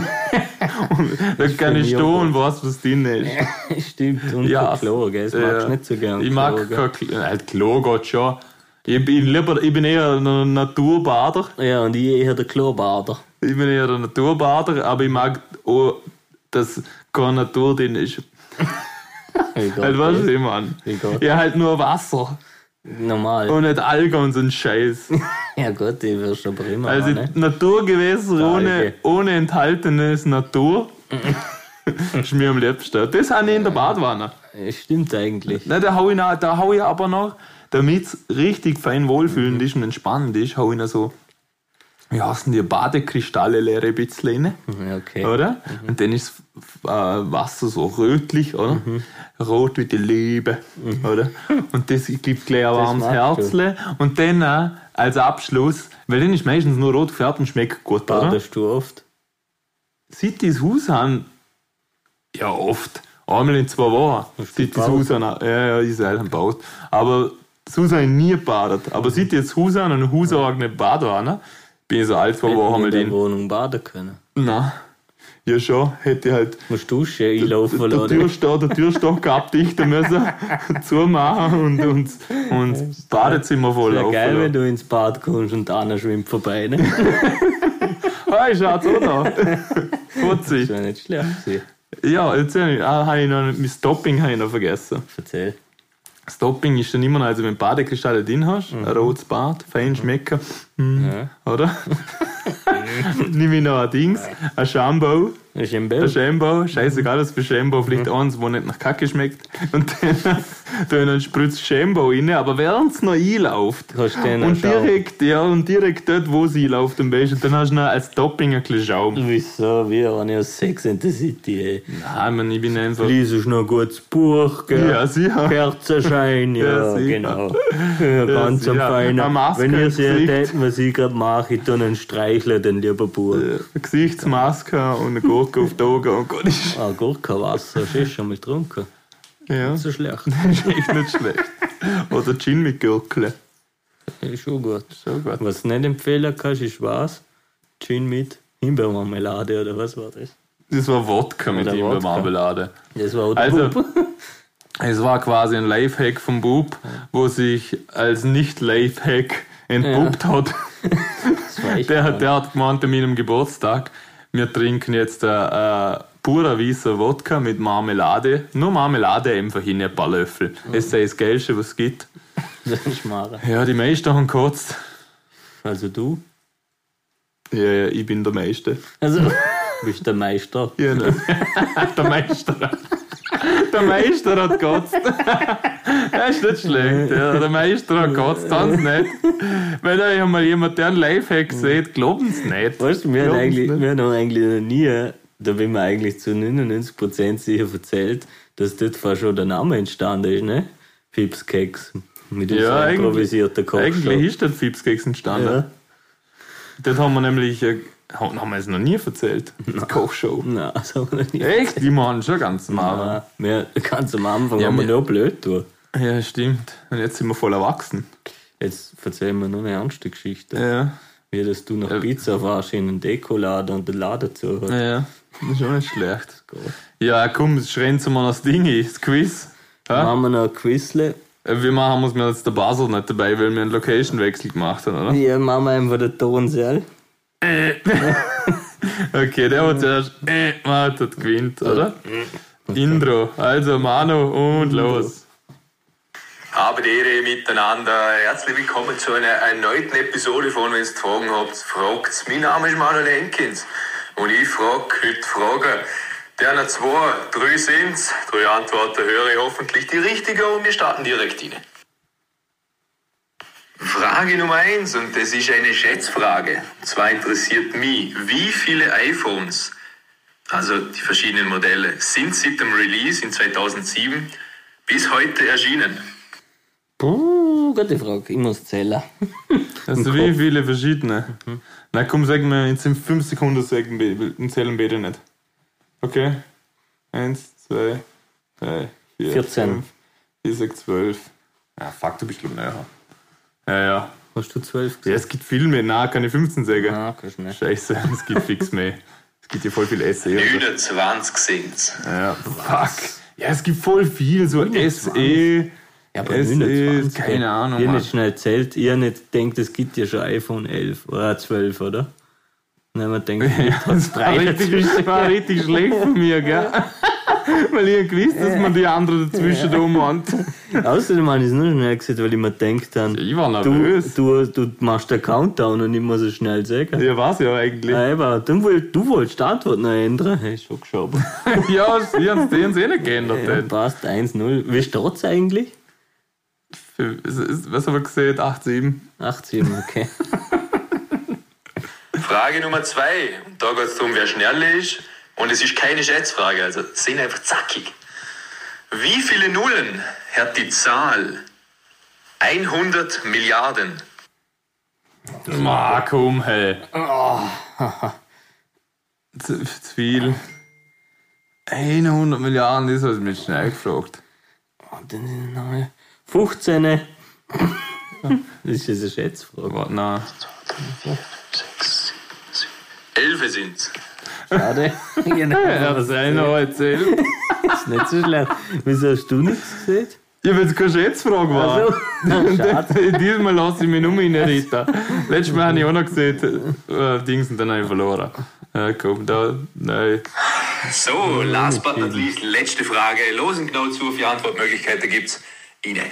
Speaker 3: Und da kann ich
Speaker 4: mich auch
Speaker 3: stehen und weiß, was drin ist.
Speaker 4: Stimmt, und
Speaker 3: Ja.
Speaker 4: ja. Klo, gell? Das magst
Speaker 3: Ja.
Speaker 4: du nicht so gerne.
Speaker 3: Ich mag
Speaker 4: Klo, gell?
Speaker 3: kein Klo. Nein, Klo geht schon. Ich bin, lieber, ich bin eher ein Naturbader.
Speaker 4: Ja, und ich eher der Klobader.
Speaker 3: Ich bin eher ein Naturbader, aber ich mag auch, dass keine Natur drin ist. Halt, weißt du, was ich meine?
Speaker 4: Wie geht
Speaker 3: Ja, halt nur Wasser.
Speaker 4: Normal.
Speaker 3: Und nicht Algen und so ein Scheiß.
Speaker 4: ja Gott, ich wirst aber immer
Speaker 3: Also
Speaker 4: an, ne?
Speaker 3: Naturgewässer ohne,
Speaker 4: Alge.
Speaker 3: ohne enthaltenes Natur ist mir am liebsten. Das habe ich in der Badwanne.
Speaker 4: Ja, Stimmt eigentlich.
Speaker 3: Nein, Ne, da hau ich, noch, da hau ich aber noch, damit es richtig fein wohlfühlend ist und entspannend ist, hau ich noch so, wie heißen die, Badekristalle leere ein bisschen rein,
Speaker 4: Ja, Okay.
Speaker 3: oder? Und dann ist äh, Wasser so rötlich, oder? Rot wie die Liebe, oder? Und Mhm. das gibt gleich ein warmes
Speaker 4: magst du.
Speaker 3: Herzle. Und dann äh, als Abschluss, weil dann ist meistens nur rot gefärbt und schmeckt gut, oder?
Speaker 4: Badest du oft?
Speaker 3: Seit ich das Haus haben, ja oft, einmal in zwei Wochen, seit ich das
Speaker 4: gebaut?
Speaker 3: Haus haben, ja, ja, ich selber gebaut. Aber das Haus habe ich nie gebadet. Aber seit ich das Haus haben und Haus auch nicht baden habe, ne, bin ich so alt zwei Wochen
Speaker 4: in
Speaker 3: mit
Speaker 4: der
Speaker 3: denen.
Speaker 4: Wohnung baden können.
Speaker 3: Nein, ja schon, hätte ich halt
Speaker 4: Musst duschen, ich laufe
Speaker 3: der
Speaker 4: verloren.
Speaker 3: Türstock, der Türstock abdichten müssen, zumachen und, und, und das Badezimmer voll
Speaker 4: Wäre geil, wenn
Speaker 3: laufen.
Speaker 4: du ins Bad kommst und einer schwimmt vorbei, ne?
Speaker 3: Hey, schaut's auch noch. Putzig.
Speaker 4: Das wäre nicht schlecht gewesen.
Speaker 3: Ja, jetzt habe ich, ah, habe ich noch mein Stopping habe ich noch vergessen.
Speaker 4: Erzähl.
Speaker 3: Das Topping ist dann immer noch, also wenn du Badekristalle drin hast, ein rotes Bad, fein schmecken, mm, oder? Nimm ich noch ein Dings, ein Shampoo,
Speaker 4: Das ist im
Speaker 3: ein
Speaker 4: Bild.
Speaker 3: Shampoo, scheißegal was für Shampoo, vielleicht eins, wo nicht nach Kacke schmeckt. Und dann, dann einen Spritz Shampoo rein, aber während es noch einläuft.
Speaker 4: Kannst du den
Speaker 3: Und
Speaker 4: noch schauen.
Speaker 3: direkt, ja, und direkt dort, wo es einläuft am besten, dann hast du noch als Topping ein bisschen Schaum.
Speaker 4: Wieso? Wir waren ja Sex in the City, ey.
Speaker 3: Nein, man, ich bin einfach...
Speaker 4: Lies ist noch ein gutes Buch, gell?
Speaker 3: Ja, sicher.
Speaker 4: Kerzenschein,
Speaker 3: Ja,
Speaker 4: ja,
Speaker 3: sicher.
Speaker 4: genau. Ja, ganz am
Speaker 3: sicher. Eine
Speaker 4: Feinen.
Speaker 3: Maske
Speaker 4: Wenn
Speaker 3: im
Speaker 4: ihr seht,
Speaker 3: Gesicht.
Speaker 4: hätten, was ich gerade mache, ich tue einen Streichler, den lieber Bub.
Speaker 3: äh, Gesichtsmaske und eine Gurke auf die Augen und Gott ist...
Speaker 4: Ah, Gurkenwasser, hast du schon mal getrunken?
Speaker 3: Ja.
Speaker 4: So schlecht.
Speaker 3: ist echt nicht schlecht. Oder Gin mit Gürkle.
Speaker 4: Ist schon gut.
Speaker 3: Schon gut.
Speaker 4: Was du nicht empfehlen kannst, ist was? Gin mit Himbeermarmelade oder was war das?
Speaker 3: Das war Wodka mit
Speaker 4: Oder
Speaker 3: ihm
Speaker 4: Wodka.
Speaker 3: Marmelade.
Speaker 4: Das war auch der
Speaker 3: Also,
Speaker 4: Bub.
Speaker 3: es war quasi ein Lifehack vom Bub, wo sich als Nicht-Lifehack entpuppt hat.
Speaker 4: Das war echt
Speaker 3: Der, hat- der hat gemeint, an meinem Geburtstag, wir trinken jetzt äh, äh, purer weißer Wodka mit Marmelade. Nur Marmelade einfach hin, ein paar Löffel. Es sei das Geilste, was es gibt.
Speaker 4: Das ist Mara.
Speaker 3: Ja, die meisten haben gekotzt.
Speaker 4: Also du?
Speaker 3: Ja, ja, ich bin der Meister.
Speaker 4: Also, bist der Meister.
Speaker 3: Ja, ne. der Meister. der Meister hat gekotzt. das ist nicht schlecht. Ja. Der Meister hat gekotzt, tanzt nicht. Wenn euch einmal jemand der einen Lifehack sieht, glauben es nicht.
Speaker 4: Weißt du, wir haben,
Speaker 3: Glauben's
Speaker 4: eigentlich,
Speaker 3: nicht.
Speaker 4: wir haben eigentlich noch nie, da bin ich mir eigentlich zu 99% sicher erzählt, dass dort fast schon der Name entstanden ist, ne? Pips Keks. Mit
Speaker 3: Ja,
Speaker 4: unserer
Speaker 3: eigentlich-
Speaker 4: improvisierten Kochshow.
Speaker 3: Eigentlich ist das Fipskeks entstanden.
Speaker 4: Ja.
Speaker 3: Das haben wir nämlich, äh, haben haben wir es noch nie erzählt. Die Kochshow.
Speaker 4: Nein, das haben wir noch nie.
Speaker 3: Echt? Die machen schon ganz normal.
Speaker 4: Nein, wir, ganz am Anfang
Speaker 3: Ja,
Speaker 4: haben wir
Speaker 3: wir-
Speaker 4: noch blöd tun.
Speaker 3: Ja, stimmt. Und jetzt sind wir voll erwachsen.
Speaker 4: Jetzt erzählen wir noch eine ernste Geschichte.
Speaker 3: Ja.
Speaker 4: Wie dass du nach Pizza warst in einen Dekoladen und den Laden zu hat.
Speaker 3: Ja, das ist auch nicht schlecht. Ja, komm, schreien Sie mal das Ding ein, das Quiz. Ja?
Speaker 4: Machen wir noch ein Quizle.
Speaker 3: Äh, Wir machen muss mir jetzt der Basel nicht dabei, weil wir einen Location-Wechsel gemacht haben, oder?
Speaker 4: Ja, machen wir einfach den Ton selber.
Speaker 3: Okay, der hat zuerst äh, macht, hat gewinnt, oder? Intro. Also Manu und los.
Speaker 6: Habe die Ehre miteinander. Herzlich willkommen zu einer erneuten Episode von Wenn's Fragen habt, fragt's. Mein Name ist Manuel Henkins und ich frage heute Fragen. Derner zwei, drei sind's, drei Antworten höre ich hoffentlich die richtige und wir starten direkt rein. Frage Nummer eins und das ist eine Schätzfrage. Und zwar interessiert mich, wie viele iPhones also die verschiedenen Modelle, sind seit dem Release in 2007 bis heute erschienen.
Speaker 4: Puh, gute Frage. Ich muss zählen.
Speaker 3: Also wie viele verschiedene? Na komm, sag mir, jetzt in 5 Sekunden sagen, wir- wir zählen bitte nicht. Okay? 1, 2, 3, 4,
Speaker 4: 14.
Speaker 3: 5, 4, 6, 12. Ja, Ah, fuck, du bist glaube ich näher. Ja, ja.
Speaker 4: Hast du zwölf
Speaker 3: Ja,
Speaker 4: gesagt?
Speaker 3: es gibt viel mehr. Na, kann ich 15 sagen.
Speaker 4: Ah, kannst du nicht.
Speaker 3: Scheiße, es gibt fix mehr. Es gibt ja voll viel SE. und so.
Speaker 6: 29 sind's.
Speaker 3: Ja, fuck. Ja, es gibt voll viel, so SE.
Speaker 4: Ja, aber
Speaker 3: Es
Speaker 4: 29,
Speaker 3: E ist- keine
Speaker 4: ja.
Speaker 3: Ahnung,
Speaker 4: Ihr
Speaker 3: Mann.
Speaker 4: nicht schnell zählt, ihr nicht denkt, es gibt ja schon iPhone 11 oder 12, oder? Nein, man denkt,
Speaker 3: Das war
Speaker 4: drei
Speaker 3: richtig,
Speaker 4: dazwischen.
Speaker 3: war richtig schlecht von mir, gell? Weil ich gewusst, dass man die andere dazwischen da macht.
Speaker 4: außerdem habe ich es nur schnell gesagt, weil ich mir denkt dann,
Speaker 3: Ich war
Speaker 4: du,
Speaker 3: nervös.
Speaker 4: du, du machst den Countdown und ich muss es schnell sagen.
Speaker 3: Ja, war's ja eigentlich.
Speaker 4: Ja, eben, du, woll, du wolltest die Antwort noch ändern. Hey, schon geschaut.
Speaker 3: Ja, sie haben es eh nicht geändert.
Speaker 4: ja,
Speaker 3: denn.
Speaker 4: passt 1-0. Wie steht es eigentlich?
Speaker 3: Es ist- Was haben wir gesehen? 8, 7.
Speaker 4: 8-7, okay.
Speaker 6: Frage Nummer 2. Da geht es darum, wer schneller ist. Und es ist keine Schätzfrage, also sind einfach zackig. Wie viele Nullen hat die Zahl 100 Milliarden?
Speaker 3: Ma, komm, hey. Oh. Zu, zu viel. 100 Milliarden, das hast du mich schnell gefragt.
Speaker 4: Und dann sind noch mal 15. das ist jetzt eine Schätzfrage.
Speaker 3: Warte, nein.
Speaker 6: 11 sind's.
Speaker 4: Schade. genau,
Speaker 3: Ja, das eine hat erzählt.
Speaker 4: ist nicht so schlecht. Wieso hast du nichts gesehen?
Speaker 3: Ja, wenn es keine Schätzfrage war.
Speaker 4: Also, schade.
Speaker 3: Diesmal lasse ich mich nur in Rita. Letztes Mal habe ich auch noch gesehen, äh, Dings und dann habe ich verloren. Äh, komm, da, nein.
Speaker 6: So, last but not least, letzte Frage. Losen genau zu, vier Antwortmöglichkeiten gibt's. Ine.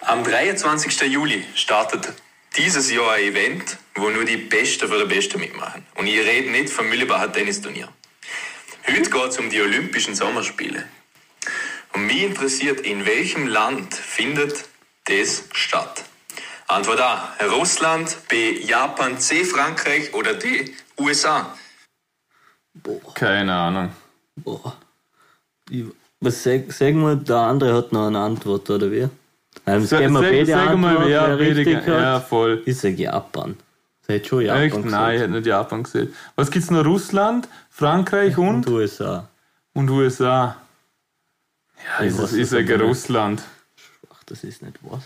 Speaker 6: Am 23. Juli startet dieses Jahr ein Event, wo nur die Besten für die Besten mitmachen. Und ich rede nicht vom Mühlebacher Tennisturnier. Heute geht's um die Olympischen Sommerspiele. Und mich interessiert, in welchem Land findet das statt? Antwort A. Russland, B. Japan, C. Frankreich oder D. USA.
Speaker 3: Keine Ahnung.
Speaker 4: Boah. Ich- Was sag, sagen wir, der andere hat noch eine Antwort, oder wie? Also,
Speaker 3: Sag,
Speaker 4: geben wir
Speaker 3: sag,
Speaker 4: beide
Speaker 3: sag mal,
Speaker 4: Antwort,
Speaker 3: wer
Speaker 4: wer richtig
Speaker 3: richtig Ja,
Speaker 4: hat.
Speaker 3: voll.
Speaker 4: Ich sage Japan. Das hat schon Japan
Speaker 3: Echt?
Speaker 4: gesagt.
Speaker 3: Nein, ich hätte nicht Japan gesehen. Was gibt's noch? Russland, Frankreich
Speaker 4: Und
Speaker 3: und?
Speaker 4: USA.
Speaker 3: Und USA. Ja, ich,
Speaker 4: weiß
Speaker 3: ich
Speaker 4: es nicht
Speaker 3: sage
Speaker 4: mehr.
Speaker 3: Russland.
Speaker 4: Ach, das ist nicht was.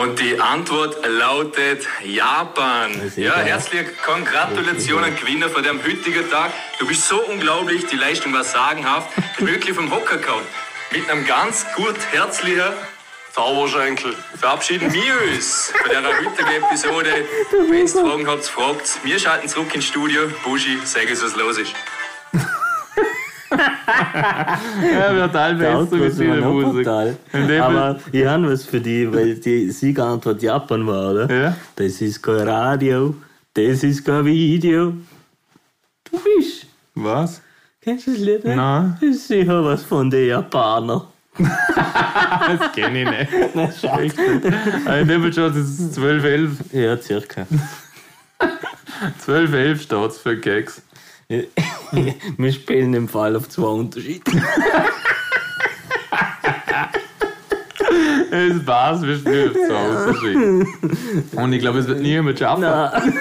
Speaker 6: Und die Antwort lautet Japan.
Speaker 4: eh
Speaker 6: Ja,
Speaker 4: klar.
Speaker 6: herzliche Gratulationen, Gewinner von dem heutigen Tag. Du bist so unglaublich, die Leistung war sagenhaft. Wirklich vom Hocker gehauen. Mit einem ganz gut herzlichen Zauberschenkel. Verabschieden wir uns von der heutigen Episode. Wenn ihr Fragen habt, fragt Wir schalten zurück ins Studio. Buschi, sag uns, was los ist.
Speaker 3: Ja, wird
Speaker 4: Der
Speaker 3: teilweise
Speaker 4: Output
Speaker 3: mit
Speaker 4: war
Speaker 3: dieser
Speaker 4: noch
Speaker 3: Musik.
Speaker 4: brutal.
Speaker 3: In dem
Speaker 4: Aber ich habe was für die, weil die Siegantwort Japan war, oder?
Speaker 3: Ja.
Speaker 4: Das ist kein Radio, das ist kein Video. Du bist
Speaker 3: Was?
Speaker 4: Kennst du das Lied nicht?
Speaker 3: Nein.
Speaker 4: Das ist sicher was von den Japanern.
Speaker 3: Das kenne ich nicht. Aber in dem Fall ist es 12, 11.
Speaker 4: Ja, circa.
Speaker 3: 12, 11 steht es für Gags.
Speaker 4: Wir spielen im Fall auf zwei Unterschiede.
Speaker 3: Es war's, wir spielen zu Hause. Schick. Und ich glaube, es wird niemand schaffen.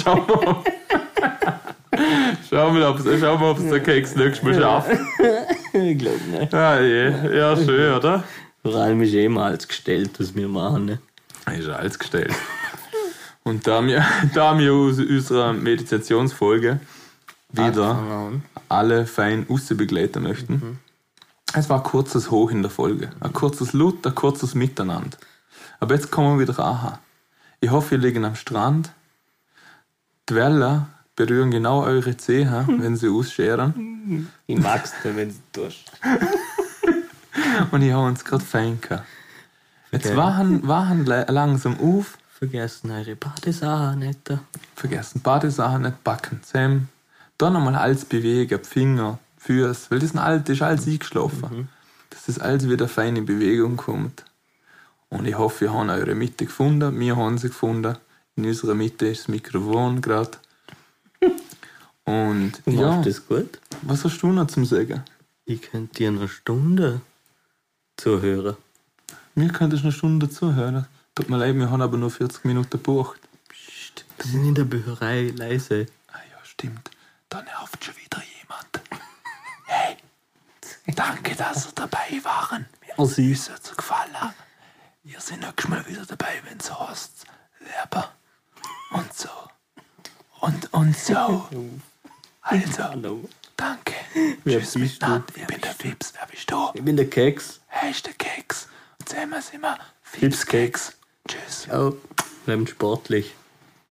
Speaker 3: Schau mal. Schau mal, ob es schau mal, ob's der Keks nächstes Mal schafft.
Speaker 4: ich glaube nicht.
Speaker 3: Ah, je. Ja, schön, oder?
Speaker 4: Vor allem ist eh mal als gestellt, was wir machen. Ne?
Speaker 3: Ist alles gestellt. Und da wir, da wir aus unserer Meditationsfolge Ah, wieder alle fein begleiten möchten, es war ein kurzes Hoch in der Folge. Ein kurzes Lut, ein kurzes Miteinander. Aber jetzt kommen wir wieder aha. Ich hoffe, ihr liegen am Strand. Die Wellen berühren genau eure Zehen, wenn sie ausscheren.
Speaker 4: Ich mag's nicht, wenn du tust.
Speaker 3: Und ich habe uns gerade fein gehabt. Jetzt waren, waren le- langsam auf.
Speaker 4: Vergessen eure Badesachen nicht.
Speaker 3: vergessen. Badesachen nicht backen, Sam. Da nochmal alles bewegen, Finger, Füße, weil das ist alles, das ist alles eingeschlafen. Dass das alles wieder fein in Bewegung kommt. Und ich hoffe, wir haben eure Mitte gefunden. Wir haben sie gefunden. In unserer Mitte ist das Mikrofon gerade. Und
Speaker 4: Du
Speaker 3: ja,
Speaker 4: machst das gut.
Speaker 3: was hast du noch zum Sagen?
Speaker 4: Ich könnte dir eine Stunde zuhören.
Speaker 3: Mir könntest du eine Stunde zuhören. Tut mir leid, wir haben aber nur 40 Minuten gebucht.
Speaker 4: Psst, wir sind in der Bücherei leise.
Speaker 3: Ah ja, stimmt. Dann nervt schon wieder jemand. Hey, danke, dass ihr dabei waren. Mir ist es jetzt gefallen. Ihr seid nächstes Mal wieder dabei, wenn es heißt, Werber und so. Und, und so. Also, danke.
Speaker 4: Wer
Speaker 3: Tschüss
Speaker 4: bist
Speaker 3: miteinander. Ich bin der Fips. Wer bist du?
Speaker 4: Ich bin der Keks.
Speaker 3: Hey, ist der Keks. Und sehen wir immer. Fips Keks. Tschüss.
Speaker 4: Ciao. Bleibt sportlich.